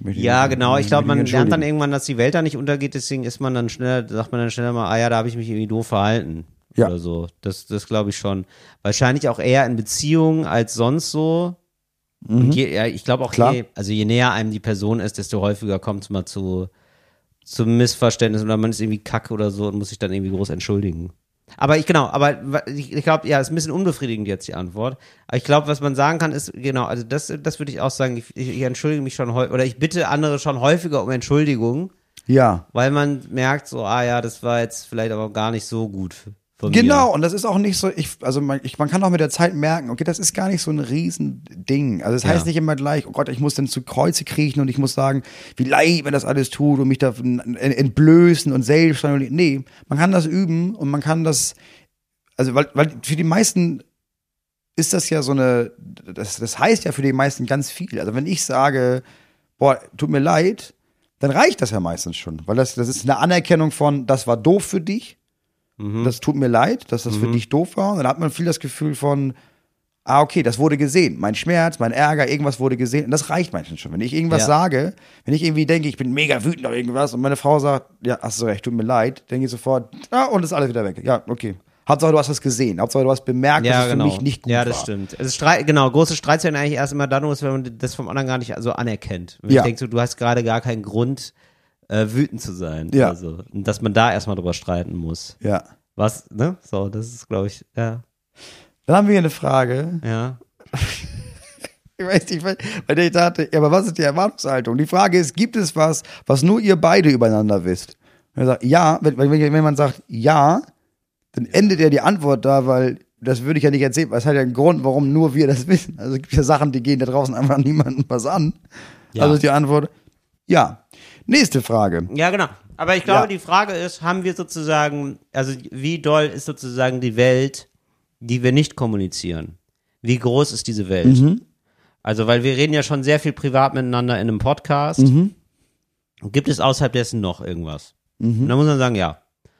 Möchte ich Ja, nicht- genau. Ich möchte glaube, man nicht lernt dann entschuldigen. irgendwann, dass die Welt da nicht untergeht, deswegen ist man dann schneller, sagt man dann schneller mal, ah ja, da habe ich mich irgendwie doof verhalten. Ja. Oder so. Das, das glaube ich schon. Wahrscheinlich auch eher in Beziehungen als sonst so. Und je, ja, ich glaube auch, Mhm. Klar. je, also je näher einem die Person ist, desto häufiger kommt es mal zu, zu Missverständnissen oder man ist irgendwie kacke oder so und muss sich dann irgendwie groß entschuldigen. Aber ich genau, aber wa- ich, ich glaube, ja, ist ein bisschen unbefriedigend jetzt die Antwort. Aber ich glaube, was man sagen kann, ist, genau, also das, das würde ich auch sagen, ich, ich, ich entschuldige mich schon häufig oder ich bitte andere schon häufiger um Entschuldigung, Ja, weil man merkt so, ah ja, das war jetzt vielleicht aber gar nicht so gut f- Von Genau, Mir. und das ist auch nicht so, ich, also man, ich, man kann auch mit der Zeit merken, okay, das ist gar nicht so ein Riesending. Also es heißt nicht immer gleich, oh Gott, ich muss dann zu Kreuze kriechen und ich muss sagen, wie leid mir das alles tut und mich da n- en- entblößen und selbst. Nee, man kann das üben und man kann das, also weil, weil für die meisten ist das ja so eine, das, das heißt ja für die meisten ganz viel. Also wenn ich sage, boah, tut mir leid, dann reicht das ja meistens schon, weil das, das ist eine Anerkennung von, das war doof für dich, Mhm. das tut mir leid, dass das für dich doof war. Und dann hat man viel das Gefühl von, ah, okay, das wurde gesehen. Mein Schmerz, mein Ärger, irgendwas wurde gesehen. Und das reicht manchmal schon. Wenn ich irgendwas Ja. sage, wenn ich irgendwie denke, ich bin mega wütend auf irgendwas und meine Frau sagt, ja, hast du recht, tut mir leid, denke ich sofort, ah, und ist alles wieder weg. Ja, okay. Hauptsache, du hast das gesehen. Hauptsache, du hast bemerkt, dass Ja, es genau. für mich nicht gut ja, das war. stimmt. Also Streit, genau, große Streits werden eigentlich erst immer dann los, wenn man das vom anderen gar nicht so anerkennt. Wenn Ja. ich denke, so, du hast gerade gar keinen Grund, äh, wütend zu sein. Ja. Also, und dass man da erstmal drüber streiten muss. Ja. Was, ne? So, das ist, glaube ich, ja. Dann haben wir hier eine Frage. Ja. Ich weiß nicht, weil weil ich dachte, ja, aber was ist die Erwartungshaltung? Die Frage ist, gibt es was, was nur ihr beide übereinander wisst? Und er sagt, ja, wenn, wenn, wenn man sagt ja, dann endet ja die Antwort da, weil das würde ich ja nicht erzählen, weil es hat ja einen Grund, warum nur wir das wissen. Also es gibt ja Sachen, die gehen da draußen einfach niemandem was an. Ja. Also ist die Antwort ja. Nächste Frage. Ja, genau. Aber ich glaube, Hm. Ja. die Frage ist, haben wir sozusagen, also wie doll ist sozusagen die Welt, die wir nicht kommunizieren? Wie groß ist diese Welt? Mhm. Also, weil wir reden ja schon sehr viel privat miteinander in einem Podcast. Mhm. Gibt es außerhalb dessen noch irgendwas? Und da muss man sagen, ja.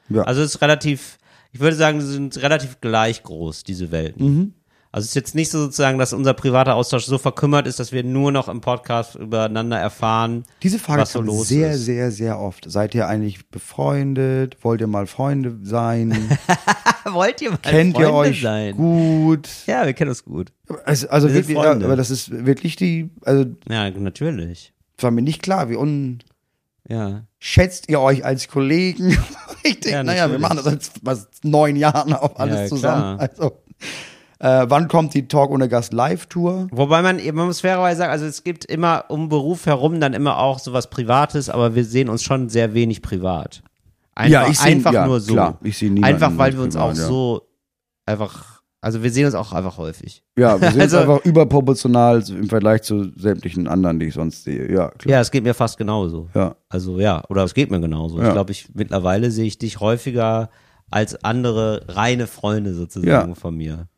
Mhm. Ja. Also es ist relativ, ich würde sagen, sie sind relativ gleich groß, diese Welten. Mhm. Also es ist jetzt nicht so sozusagen, dass unser privater Austausch so verkümmert ist, dass wir nur noch im Podcast übereinander erfahren, Diese Frage was so kommt los sehr, ist. sehr, sehr oft. Seid ihr eigentlich befreundet? Wollt ihr mal Freunde sein? Wollt ihr mal Kennt ihr Freunde euch sein? gut? Ja, wir kennen uns gut. Also, also Wir sind wirklich, ja, Freunde. aber das ist wirklich die, also Ja, natürlich. war mir nicht klar, wie un Ja. schätzt ihr euch als Kollegen? Ich denke, Ja, naja, wir natürlich. machen das seit was, neun Jahren auch alles Ja, zusammen. klar. Also, äh, wann kommt die Talk ohne Gast Live-Tour? Wobei man, eben- man muss fairerweise sagen, also es gibt immer um Beruf herum dann immer auch sowas Privates, aber wir sehen uns schon sehr wenig privat. Einfach, Ja, ich seh- einfach ja, nur so. klar, ich seh niemanden Einfach, weil wir uns auch privat, ja. so einfach, also wir sehen uns auch einfach häufig. Ja, wir sind Also- einfach überproportional im Vergleich zu sämtlichen anderen, die ich sonst sehe. Ja, klar. Ja, es geht mir fast genauso. Ja. Also ja, oder es geht mir genauso. Ja. Ich glaube, ich mittlerweile sehe ich dich häufiger als andere reine Freunde sozusagen Ja. von mir.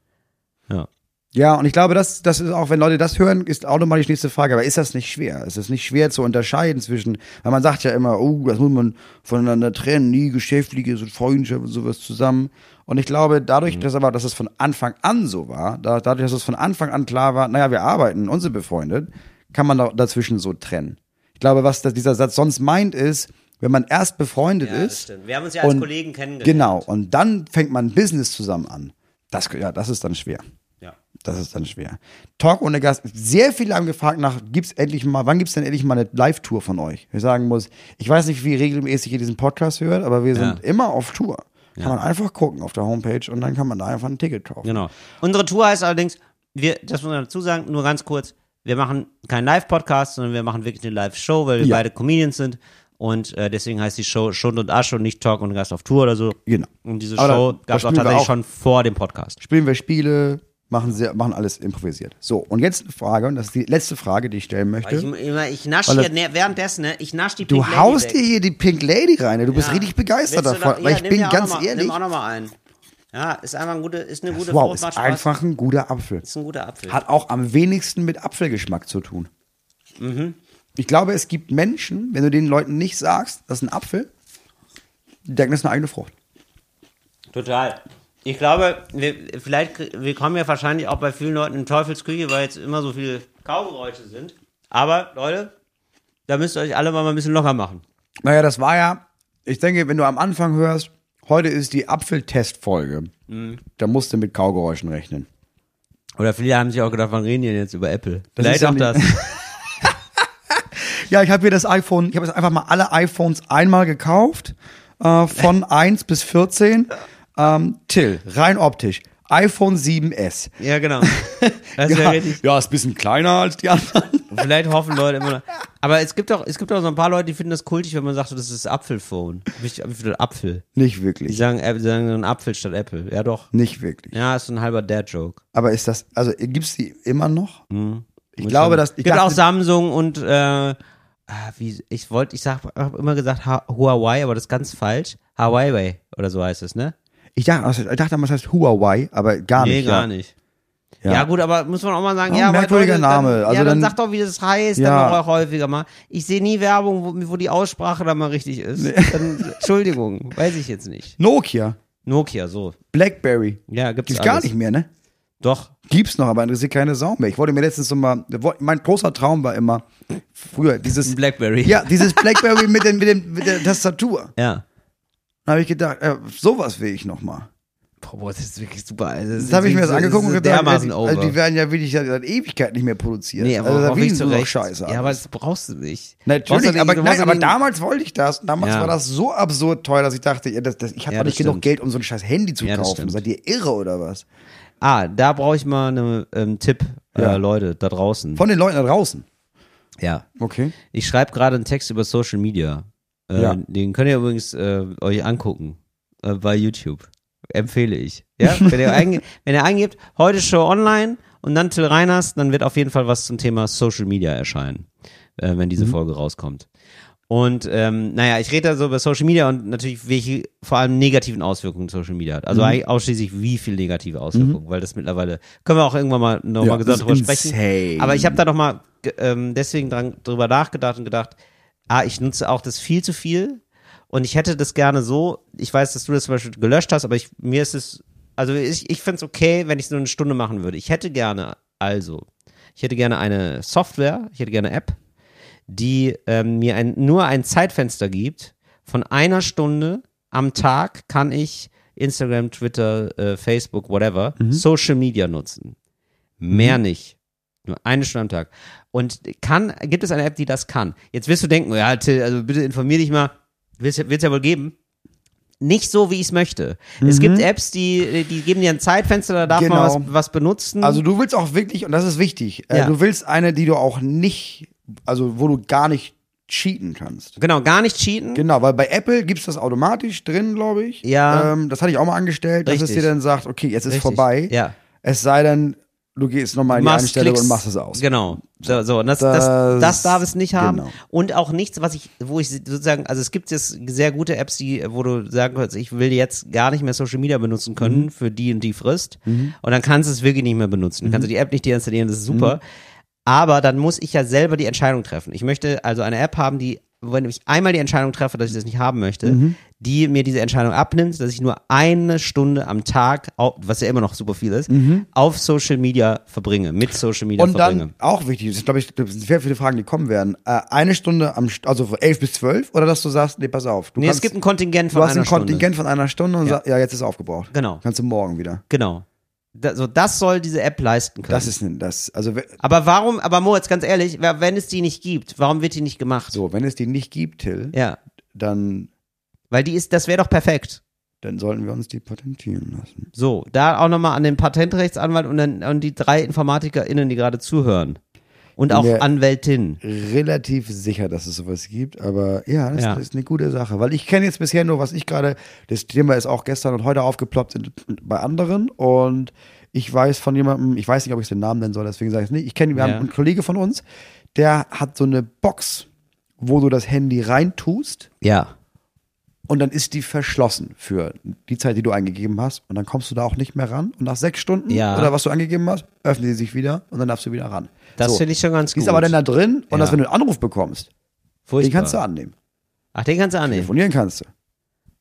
Ja, und ich glaube, das, das ist auch, wenn Leute das hören, ist automatisch die nächste Frage. Aber ist das nicht schwer? Ist es nicht schwer zu unterscheiden zwischen, weil man sagt ja immer, oh, das muss man voneinander trennen, nie Geschäftliches und Freundschaft und sowas zusammen. Und ich glaube, Mhm. dadurch, dass aber, dass es von Anfang an so war, da, dadurch, dass es von Anfang an klar war, naja, wir arbeiten und sind befreundet, kann man da, dazwischen so trennen. Ich glaube, was das, dieser Satz sonst meint, ist, wenn man erst befreundet ist, Wir haben uns ja als als Und- Kollegen Kollegen kennengelernt. genau, und dann fängt man ein Business zusammen an. Das, ja, das ist dann schwer. Ja. Das ist dann schwer. Talk ohne Gast. Sehr viele haben gefragt nach, gibt's endlich mal, wann gibt's denn endlich mal eine Live-Tour von euch? Ich sagen muss, ich weiß nicht, wie regelmäßig ihr diesen Podcast hört, aber wir sind Ja. immer auf Tour. Kann man einfach gucken auf der Homepage und dann kann man da einfach ein Ticket kaufen. Genau. Unsere Tour heißt allerdings, wir, das muss man dazu sagen, nur ganz kurz, wir machen keinen Live-Podcast, sondern wir machen wirklich eine Live-Show, weil wir Ja. beide Comedians sind. Und äh, deswegen heißt die Show Schund und Asche und nicht Talk und Gast auf Tour oder so. Genau. Und diese Aber da- Show da gab es auch spielen wir tatsächlich auch. schon vor dem Podcast. Spielen wir Spiele, machen, sehr, machen alles improvisiert. So, und jetzt eine Frage, und das ist die letzte Frage, die ich stellen möchte. Ich, ich, ich nasch Weil hier, das- ne, währenddessen, ne, ich nasch die du Pink Lady haust weg. dir hier die Pink Lady rein. Du bist Ja. richtig begeistert Willst du davon. noch- weil ja, ich nimm bin dir auch ganz noch mal, ehrlich, Nimm auch nochmal einen. Ja, ist einfach ein gute, ist eine gute wow, Frucht, ist macht Spaß. einfach ein guter Apfel. Ist ein guter Apfel. Hat auch am wenigsten mit Apfelgeschmack zu tun. Ich glaube, es gibt Menschen, wenn du den Leuten nicht sagst, das ist ein Apfel, die denken, das ist eine eigene Frucht. Total. Ich glaube, wir, vielleicht, krie- wir kommen ja wahrscheinlich auch bei vielen Leuten in Teufelsküche, weil jetzt immer so viele Kaugeräusche sind. Aber Leute, da müsst ihr euch alle mal ein bisschen locker machen. Naja, das war ja, ich denke, wenn du am Anfang hörst, heute ist die Apfeltestfolge, da musst du mit Kaugeräuschen rechnen. Oder viele haben sich auch gedacht, wann reden die denn jetzt über Apple? vielleicht ist ja auch das. nicht- Ja, ich habe hier das iPhone, ich habe jetzt einfach mal alle iPhones einmal gekauft, äh, von 1 bis 14. Ähm, Till, rein optisch. iPhone 7S. Ja, genau. Das ist ja ja, richtig. ja, ist ein bisschen kleiner als die anderen. Vielleicht hoffen Leute immer noch. Aber es gibt doch, es gibt doch so ein paar Leute, die finden das kultig, wenn man sagt, so, das ist Apfelphone. Hab ich, hab ich wieder Apfel. Nicht Die wirklich. sagen, Apple- die sagen dann Apfel statt Apple. Ja, doch. Nicht wirklich. Ja, ist so ein halber Dad-Joke. Aber ist das, also gibt's die immer noch? Ich glaube, dass, ich Hm. Ähm, gibt auch dachte, Samsung und äh, ah, wie ich wollte, ich sag, hab immer gesagt ha Huawei, aber das ist ganz falsch. Huawei oder so heißt es, ne? ich dachte, also, ich dachte damals heißt Huawei, aber gar nee, nicht. gar ja. nicht. Ja. Ja. gut, aber muss man auch mal sagen, Ja, ja, aber merkwürdiger Leute, Name. Dann, ja, Also dann dann- sag doch, wie das heißt, Ja. dann auch häufiger mal. Ich sehe nie Werbung, wo, wo die Aussprache da mal richtig ist. Dann, Entschuldigung, weiß ich jetzt nicht. Nokia, Nokia, so. Blackberry. Ja, gibt's, Gibt's alles. gar nicht mehr, ne? Doch. Gibt's noch, aber interessiert keine Sau mehr. Ich wollte mir letztens so mal, mein großer Traum war immer, früher, dieses, Blackberry. ja, dieses Blackberry mit, den, mit, den, mit der Tastatur. Ja. Da habe ich gedacht, äh, sowas will ich noch mal. Boah, boah, das ist wirklich super. Also, Das habe ich mir das angeguckt und das ist gedacht, dermaßen ey, over. also die werden ja wirklich seit, seit Ewigkeit nicht mehr produziert. also da auch wiegen nicht sie so noch recht. Scheiße. Ja, ab. aber das brauchst du nicht. Brauchst du Natürlich, nicht- aber, du nein, brauchst aber nicht- damals wollte ich das. Damals Ja. war das so absurd teuer, dass ich dachte, ja, das, das, ich habe Ja, auch das nicht genug stimmt. Geld, um so ein scheiß Handy zu Ja, das kaufen. stimmt. Seid ihr irre oder was? Ah, da brauche ich mal einen ähm, Tipp, Ja. äh, Leute, da draußen. Von den Leuten da draußen. ja. Okay. Ich schreibe gerade einen Text über Social Media. Äh, Ja. Den könnt ihr übrigens äh, euch angucken äh, bei YouTube. Empfehle ich. Ja? wenn, ihr einge wenn ihr eingebt, heute Show online und dann Till Reiners, dann wird auf jeden Fall was zum Thema Social Media erscheinen, äh, wenn Mhm. diese Folge rauskommt. Und ähm, naja, ich rede da so über Social Media und natürlich, welche vor allem negativen Auswirkungen Social Media hat. Mhm. Also eigentlich ausschließlich, wie viel negative Auswirkungen, weil das mittlerweile, können wir auch irgendwann mal nochmal Ja, mal gesagt das drüber ist sprechen. insane. Aber ich habe da nochmal ähm, deswegen dran, drüber nachgedacht und gedacht, ah, ich nutze auch das viel zu viel und ich hätte das gerne so, ich weiß, dass du das zum Beispiel gelöscht hast, aber ich, mir ist es, also ich, ich fände es okay, wenn ich es nur eine Stunde machen würde. Ich hätte gerne, also, ich hätte gerne eine Software, ich hätte gerne eine App, die ähm, mir ein, nur ein Zeitfenster gibt. Von einer Stunde am Tag kann ich Instagram, Twitter, äh, Facebook, whatever, Mhm. Social Media nutzen. Mehr nicht. Nur eine Stunde am Tag. Und kann, gibt es eine App, die das kann? Jetzt wirst du denken, ja, Till, also bitte informier dich mal. Wird es ja wohl geben. Nicht so, wie ich es möchte. Es gibt Apps, die, äh, die geben dir ein Zeitfenster, da darf man was, Mhm. Genau. was benutzen. Also du willst auch wirklich, und das ist wichtig, äh, Ja. du willst eine, die du auch nicht, also wo du gar nicht cheaten kannst. genau, gar nicht cheaten. Genau, weil bei Apple gibt's das automatisch drin, glaube ich. Ja. Ähm, das hatte ich auch mal angestellt, dass es Richtig. dir dann sagt, okay, jetzt ist Richtig. vorbei. Ja. Es sei denn, du gehst nochmal in die machst, Einstellung klickst- und machst es aus. Genau. So, so. Und das, das, Das- das, darf es nicht haben. genau. Und auch nichts, was ich, wo ich sozusagen, also es gibt jetzt sehr gute Apps, die, wo du sagen kannst, ich will jetzt gar nicht mehr Social Media benutzen können Mhm. für die und die Frist. Und dann kannst du es wirklich nicht mehr benutzen. Du kannst Mhm. du die App nicht deinstallieren, das ist super. Aber dann muss ich ja selber die Entscheidung treffen. Ich möchte also eine App haben, die, wenn ich einmal die Entscheidung treffe, dass ich das nicht haben möchte, Mhm. die mir diese Entscheidung abnimmt, dass ich nur eine Stunde am Tag, au- was ja immer noch super viel ist, auf Social Media verbringe, mit Social Media Mhm. Und verbringe. dann, auch wichtig, das glaube ich, das sind sehr viele Fragen, die kommen werden. Äh, eine Stunde am, St- also von 11 bis 12, oder dass du sagst, nee, pass auf. Du nee, es kannst, gibt ein Kontingent von du hast einer ein Kontingent Stunde. von einer Stunde und Ja. sagst, ja, jetzt ist aufgebraucht. Genau. Kannst du morgen wieder. Genau. Da, so, das soll diese App leisten können. Das ist, ein- das, also, we- aber warum, aber Moritz, ganz ehrlich, wer- wenn es die nicht gibt, warum wird die nicht gemacht? so, wenn es die nicht gibt, Till, Ja. dann, Weil die ist, das wäre doch perfekt. dann sollten wir uns die patentieren lassen. So, da auch nochmal an den Patentrechtsanwalt und an, an die drei InformatikerInnen, die gerade zuhören. Und auch Ja. Anwältinnen. Relativ sicher, dass es sowas gibt, aber ja, das Ja. ist eine gute Sache, weil ich kenne jetzt bisher nur, was ich gerade, das Thema ist auch gestern und heute aufgeploppt in- bei anderen und ich weiß von jemandem, ich weiß nicht, ob ich den Namen nennen soll, deswegen sage ich es nicht. Ich kenne, wir Ja. haben einen Kollege von uns, der hat so eine Box, wo du das Handy reintust Ja. und dann ist die verschlossen für die Zeit, die du eingegeben hast und dann kommst du da auch nicht mehr ran und nach sechs Stunden Ja. oder was du angegeben hast, öffnet sie sich wieder und dann darfst du wieder ran. Das So. finde ich schon ganz Die gut. ist aber dann da drin und Ja. dass wenn du einen Anruf bekommst, Furchtbar. den kannst du annehmen. Ach, den kannst du annehmen. Telefonieren kannst du.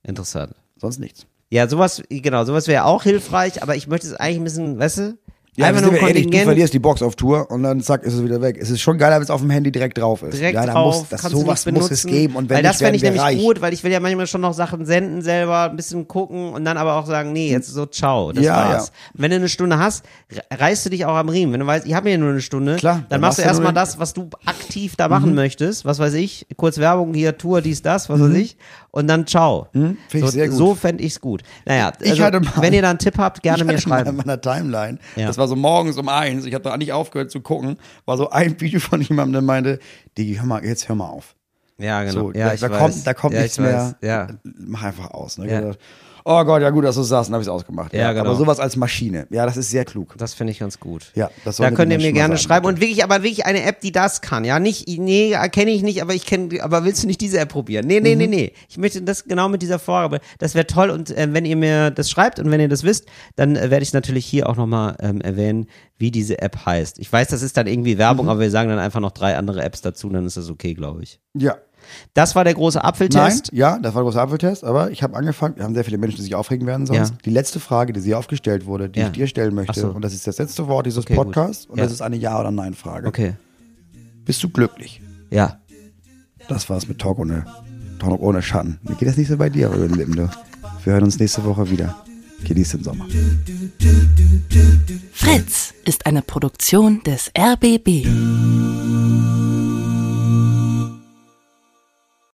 Interessant. Sonst nichts. Ja, sowas, genau, sowas wäre auch hilfreich, aber ich möchte es eigentlich ein bisschen, weißt du, Ja, Einfach Einfach nur ein nur ehrlich, du Kontingent. verlierst die Box auf Tour und dann zack, ist es wieder weg. Es ist schon geiler, wenn es auf dem Handy direkt drauf ist. direkt ja, da drauf, muss, das, kannst du sowas nicht muss benutzen. es geben. Und wenn weil das nicht, werden ich wir nämlich reich. gut, weil ich will ja manchmal schon noch Sachen senden selber, ein bisschen gucken und dann aber auch sagen, nee, jetzt so ciao, das Ja, war's. Wenn du eine Stunde hast, re- reißt du dich auch am Riemen. Wenn du weißt, ich habe hier nur eine Stunde, Klar, dann, dann machst du machst du nur Mhm. erstmal den- das, was du aktiv da machen möchtest, was weiß ich, kurz Werbung hier, Tour, dies, das, was weiß ich, und dann ciao. Mhm. find so ich sehr gut. so fände ich's gut. Naja, Ich also, hatte mal- wenn ihr da einen Tipp habt, gerne mir Ich hatte mal schreiben. In meiner Timeline. Ja. Das war so morgens um eins. Ich habe da nicht aufgehört zu gucken. War so ein Video von jemandem, der meinte, Digi, hör mal, jetzt hör mal auf. Ja, genau. So, ja, da, ich da weiß. kommt, da kommt ja, ich nichts mehr. weiß. Ja. Mach einfach aus. Ne? Ja. Gedacht, Oh Gott, ja gut, dass du es sagst, dann habe ich es ausgemacht. Ja, genau. Aber sowas als Maschine, ja, das ist sehr klug. Das finde ich ganz gut. Ja, das da sollten die könnt ihr mir Menschen gerne mal sagen, schreiben und wirklich, aber wirklich eine App, die das kann. Ja, nicht, nee, kenne ich nicht, aber ich kenne, aber willst du nicht diese App probieren? Nee, nee, Mhm. nee, nee. Ich möchte das genau mit dieser Vorgabe. Das wäre toll und äh, wenn ihr mir das schreibt und wenn ihr das wisst, dann äh, werde ich natürlich hier auch nochmal ähm, erwähnen, wie diese App heißt. Ich weiß, das ist dann irgendwie Werbung, Mhm. aber wir sagen dann einfach noch drei andere Apps dazu, dann ist das okay, glaube ich. Ja. Das war der große Nein, Apfeltest. ja, das war ein großer Apfeltest, aber ich habe angefangen, wir haben sehr viele Menschen, die sich aufregen werden sonst. Ja. Die letzte Frage, die sie aufgestellt wurde, die Ja. ich dir stellen Ach möchte, so. und das ist das letzte Wort dieses Okay, gut. Podcasts, und Ja. das ist eine Ja- oder Nein-Frage. Okay. Bist du glücklich? Ja. Das war's mit Talk ohne, Talk ohne Schatten. Mir geht das nicht so bei dir über den Lippen, du. Wir hören uns nächste Woche wieder. Genieß den Sommer. Fritz ist eine Produktion des RBB.